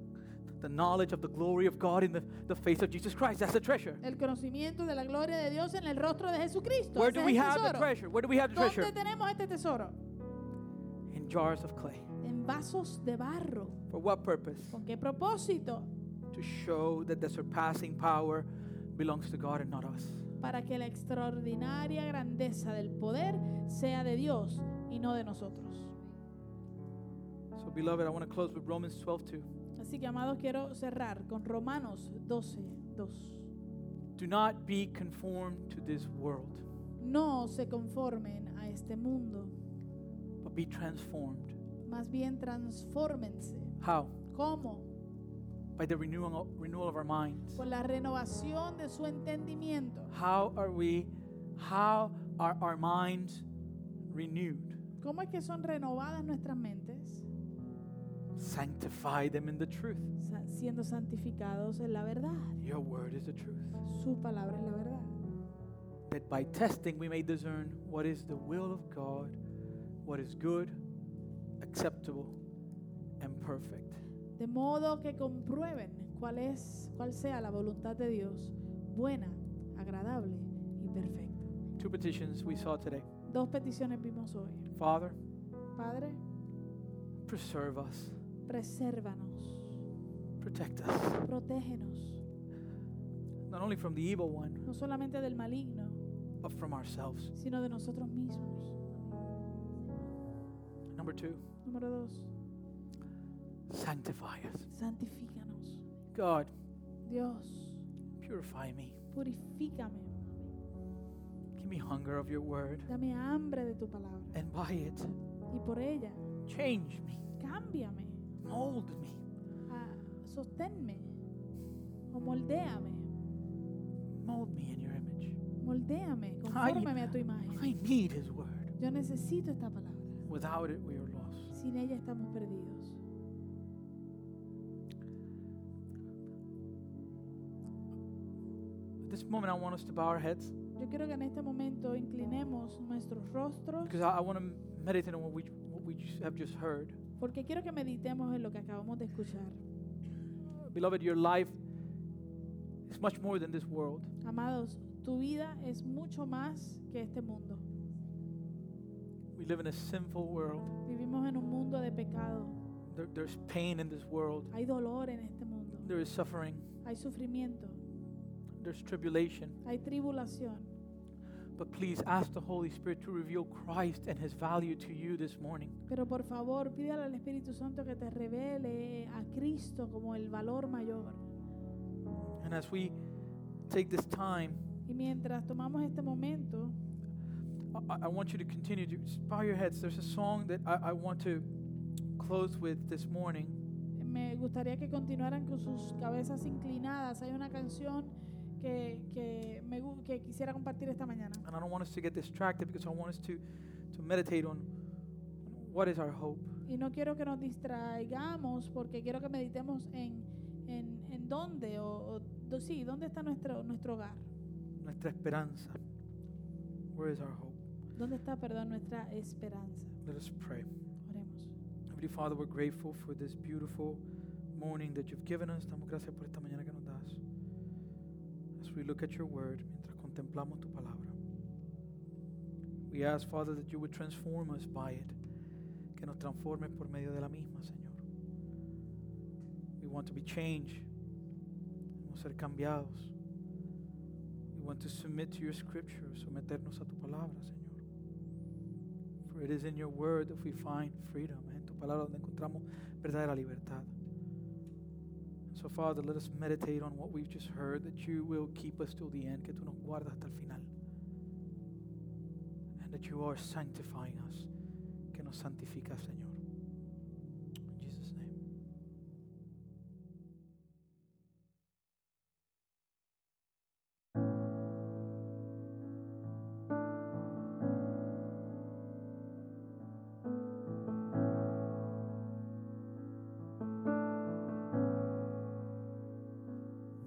Speaker 1: the knowledge of the glory of God in the, the face of Jesus Christ. That's the treasure.
Speaker 2: El conocimiento de la gloria de Dios en el rostro de Jesucristo.
Speaker 1: Where
Speaker 2: Ese
Speaker 1: do
Speaker 2: es
Speaker 1: we
Speaker 2: el
Speaker 1: have the
Speaker 2: tesoro.
Speaker 1: treasure? Where do we have the
Speaker 2: ¿Dónde
Speaker 1: treasure?
Speaker 2: tenemos este tesoro?
Speaker 1: In jars of clay.
Speaker 2: En vasos de barro.
Speaker 1: For what purpose?
Speaker 2: ¿Con qué propósito?
Speaker 1: To show that the surpassing power belongs to God and not us.
Speaker 2: Para que la extraordinaria grandeza del poder sea de Dios y no de nosotros.
Speaker 1: So, beloved, I want to close with Romans 12 2.
Speaker 2: Así que, amados, quiero cerrar con Romanos 12, 2.
Speaker 1: Do not be conformed to this world,
Speaker 2: No se conformen a este mundo,
Speaker 1: but be transformed.
Speaker 2: más bien transfórmense.
Speaker 1: How?
Speaker 2: ¿Cómo?
Speaker 1: By the renewal, renewal of our minds.
Speaker 2: Por la renovación de su entendimiento.
Speaker 1: How are we, how are our minds renewed?
Speaker 2: ¿Cómo es que son renovadas nuestras mentes?
Speaker 1: Sanctify them in the truth.
Speaker 2: Sa- siendo santificados en la verdad.
Speaker 1: Your word is the truth.
Speaker 2: Su palabra es la verdad.
Speaker 1: That by testing we may discern what is the will of God, what is good, acceptable, and perfect.
Speaker 2: De modo que comprueben cuál es, cuál sea la voluntad de Dios, buena, agradable y perfecta.
Speaker 1: Two petitions we saw today.
Speaker 2: Dos peticiones vimos hoy.
Speaker 1: Father,
Speaker 2: Padre,
Speaker 1: preserve us,
Speaker 2: presérvanos,
Speaker 1: protect us,
Speaker 2: protégenos,
Speaker 1: not only from the evil one,
Speaker 2: no solamente del maligno,
Speaker 1: but from ourselves.
Speaker 2: sino de nosotros mismos.
Speaker 1: Number two,
Speaker 2: Número dos,
Speaker 1: sanctify us.
Speaker 2: santifícanos.
Speaker 1: God,
Speaker 2: Dios,
Speaker 1: purify me.
Speaker 2: purifícame.
Speaker 1: Give me hunger of your word,
Speaker 2: Dame hambre de tu palabra.
Speaker 1: and by it,
Speaker 2: Y por ella,
Speaker 1: change me,
Speaker 2: cámbiame,
Speaker 1: mold me,
Speaker 2: ah, sosténme o moldéame.
Speaker 1: mold me in your image.
Speaker 2: Moldéame, confórmame a tu imagen.
Speaker 1: I need his word.
Speaker 2: Yo necesito esta palabra.
Speaker 1: Without it, we are lost.
Speaker 2: Sin ella estamos perdidos.
Speaker 1: At this moment, I want us to bow our heads
Speaker 2: Yo quiero que en este momento inclinemos nuestros rostros
Speaker 1: because I, I want to meditate on what we, what we just have just heard.
Speaker 2: porque quiero que meditemos en lo que acabamos de escuchar.
Speaker 1: beloved, your life is much more than this world.
Speaker 2: Amados, tu vida es mucho más que este mundo.
Speaker 1: We live in a sinful world.
Speaker 2: Vivimos en un mundo de pecado.
Speaker 1: There, there's pain in this world.
Speaker 2: Hay dolor en este mundo.
Speaker 1: There is suffering.
Speaker 2: Hay sufrimiento.
Speaker 1: There's tribulation.
Speaker 2: Hay tribulación.
Speaker 1: But please ask the Holy Spirit to reveal Christ and his value to you this morning.
Speaker 2: Pero por favor, pídale al Espíritu Santo que te revele a Cristo como el valor mayor.
Speaker 1: And as we take this time,
Speaker 2: Y mientras tomamos este momento,
Speaker 1: I, I want you to continue to just bow your heads. There's a song that I, I want to close with this morning.
Speaker 2: me gustaría que continuaran con sus cabezas inclinadas. Hay una canción que, que, me, gu- que quisiera compartir esta mañana.
Speaker 1: And I don't want us to get distracted because I want us to, to meditate on what is our hope.
Speaker 2: Y no quiero que nos distraigamos porque quiero que meditemos en, en, en dónde, o, o- do- sí, dónde está nuestro, nuestro hogar.
Speaker 1: Nuestra esperanza. Where is our hope?
Speaker 2: ¿Dónde está, perdón, nuestra esperanza?
Speaker 1: Let us pray.
Speaker 2: Oremos.
Speaker 1: Heavenly Father, we're grateful for this beautiful morning that you've given us. Damos gracias por esta mañana que nos das. As we look at your word, mientras contemplamos tu palabra. We ask, Father, that you would transform us by it. Que nos transformes por medio de la misma, Señor. We want to be changed. Queremos ser cambiados. We want to submit to your scripture, someternos a tu palabra, Señor. For it is in your word that we find freedom. En tu palabra donde encontramos verdadera libertad. So, Father, let us meditate on what we've just heard, that you will keep us till the end, que tú nos guardas hasta el final. And that you are sanctifying us, que nos santificas, Señor. In Jesus' name.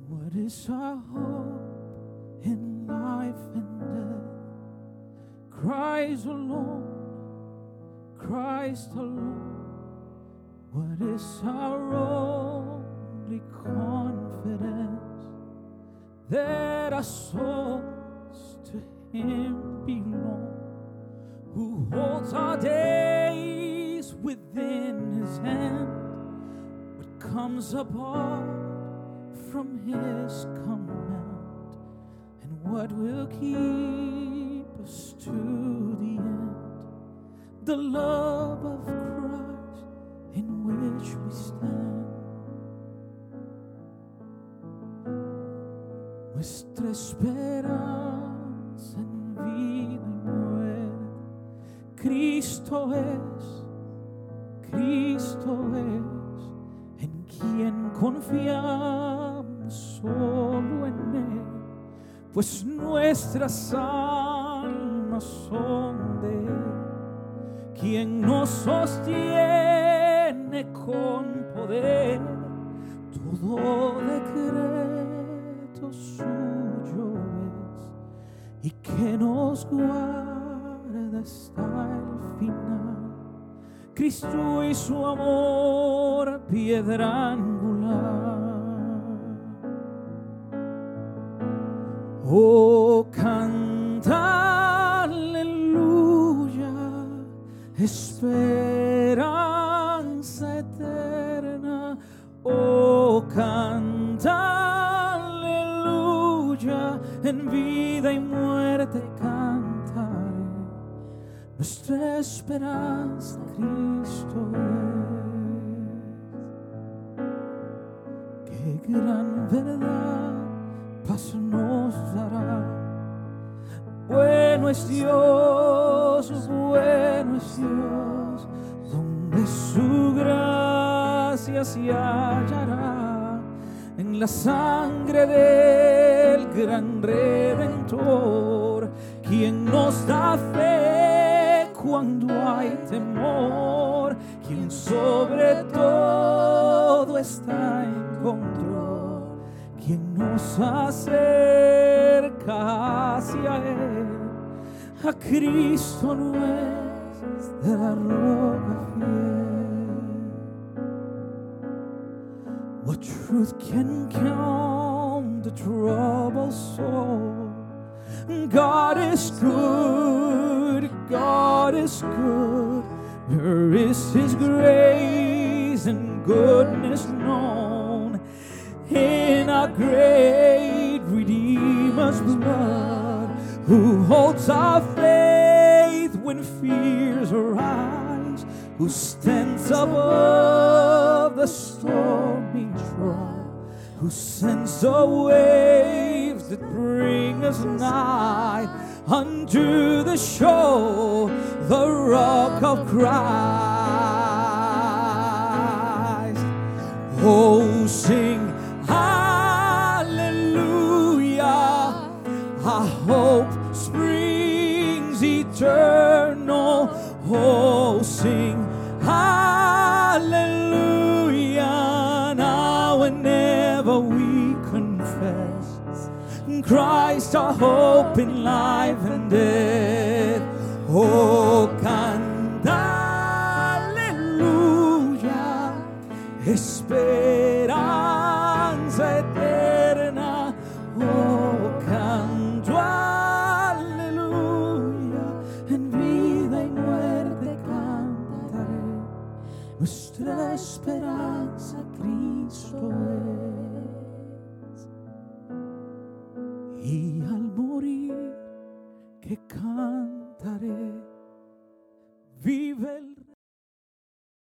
Speaker 3: What is our hope in life and death? Christ alone, Christ alone. What is our only confidence that our souls to Him belong? Who holds our days within His hand? What comes apart? from his command and what will keep us to the end the love of christ in which we stand nuestra esperanza en vida y muerte cristo es cristo es en quien confiamos solo en Él, pues nuestras almas son de Él, quien nos sostiene con poder, todo decreto suyo es, y que nos guarda hasta el final. Cristo y su amor, piedra angular. Oh, canta aleluya, esperanza eterna. Oh, canta aleluya, en vida y muerte cantaré nuestra esperanza Cristo es. Qué gran verdad paz nos dará. Bueno es Dios, bueno es Dios, donde su gracia se hallará en la sangre del gran redentor, quien nos da fe cuando hay temor, quien sobre todo está en control, quien nos acerca hacia él, a Cristo nuestra roca fiel. What truth can calm the troubled soul? God is good, God is good. Here is His grace and goodness known in our great Redeemer's blood, who holds our faith when fears arise, who stands above the stormy trial, who sends the waves that bring us nigh unto the shore, the rock of Christ. Oh, sing hallelujah. Our hope springs eternal. Oh, sing hallelujah. Now and ever we confess Christ our hope in life and death. Oh, cantar esperanza eterna. Oh, canto aleluya, en vida y muerte cantaré. Nuestra esperanza Cristo es. Y al morir que cantaré, vive el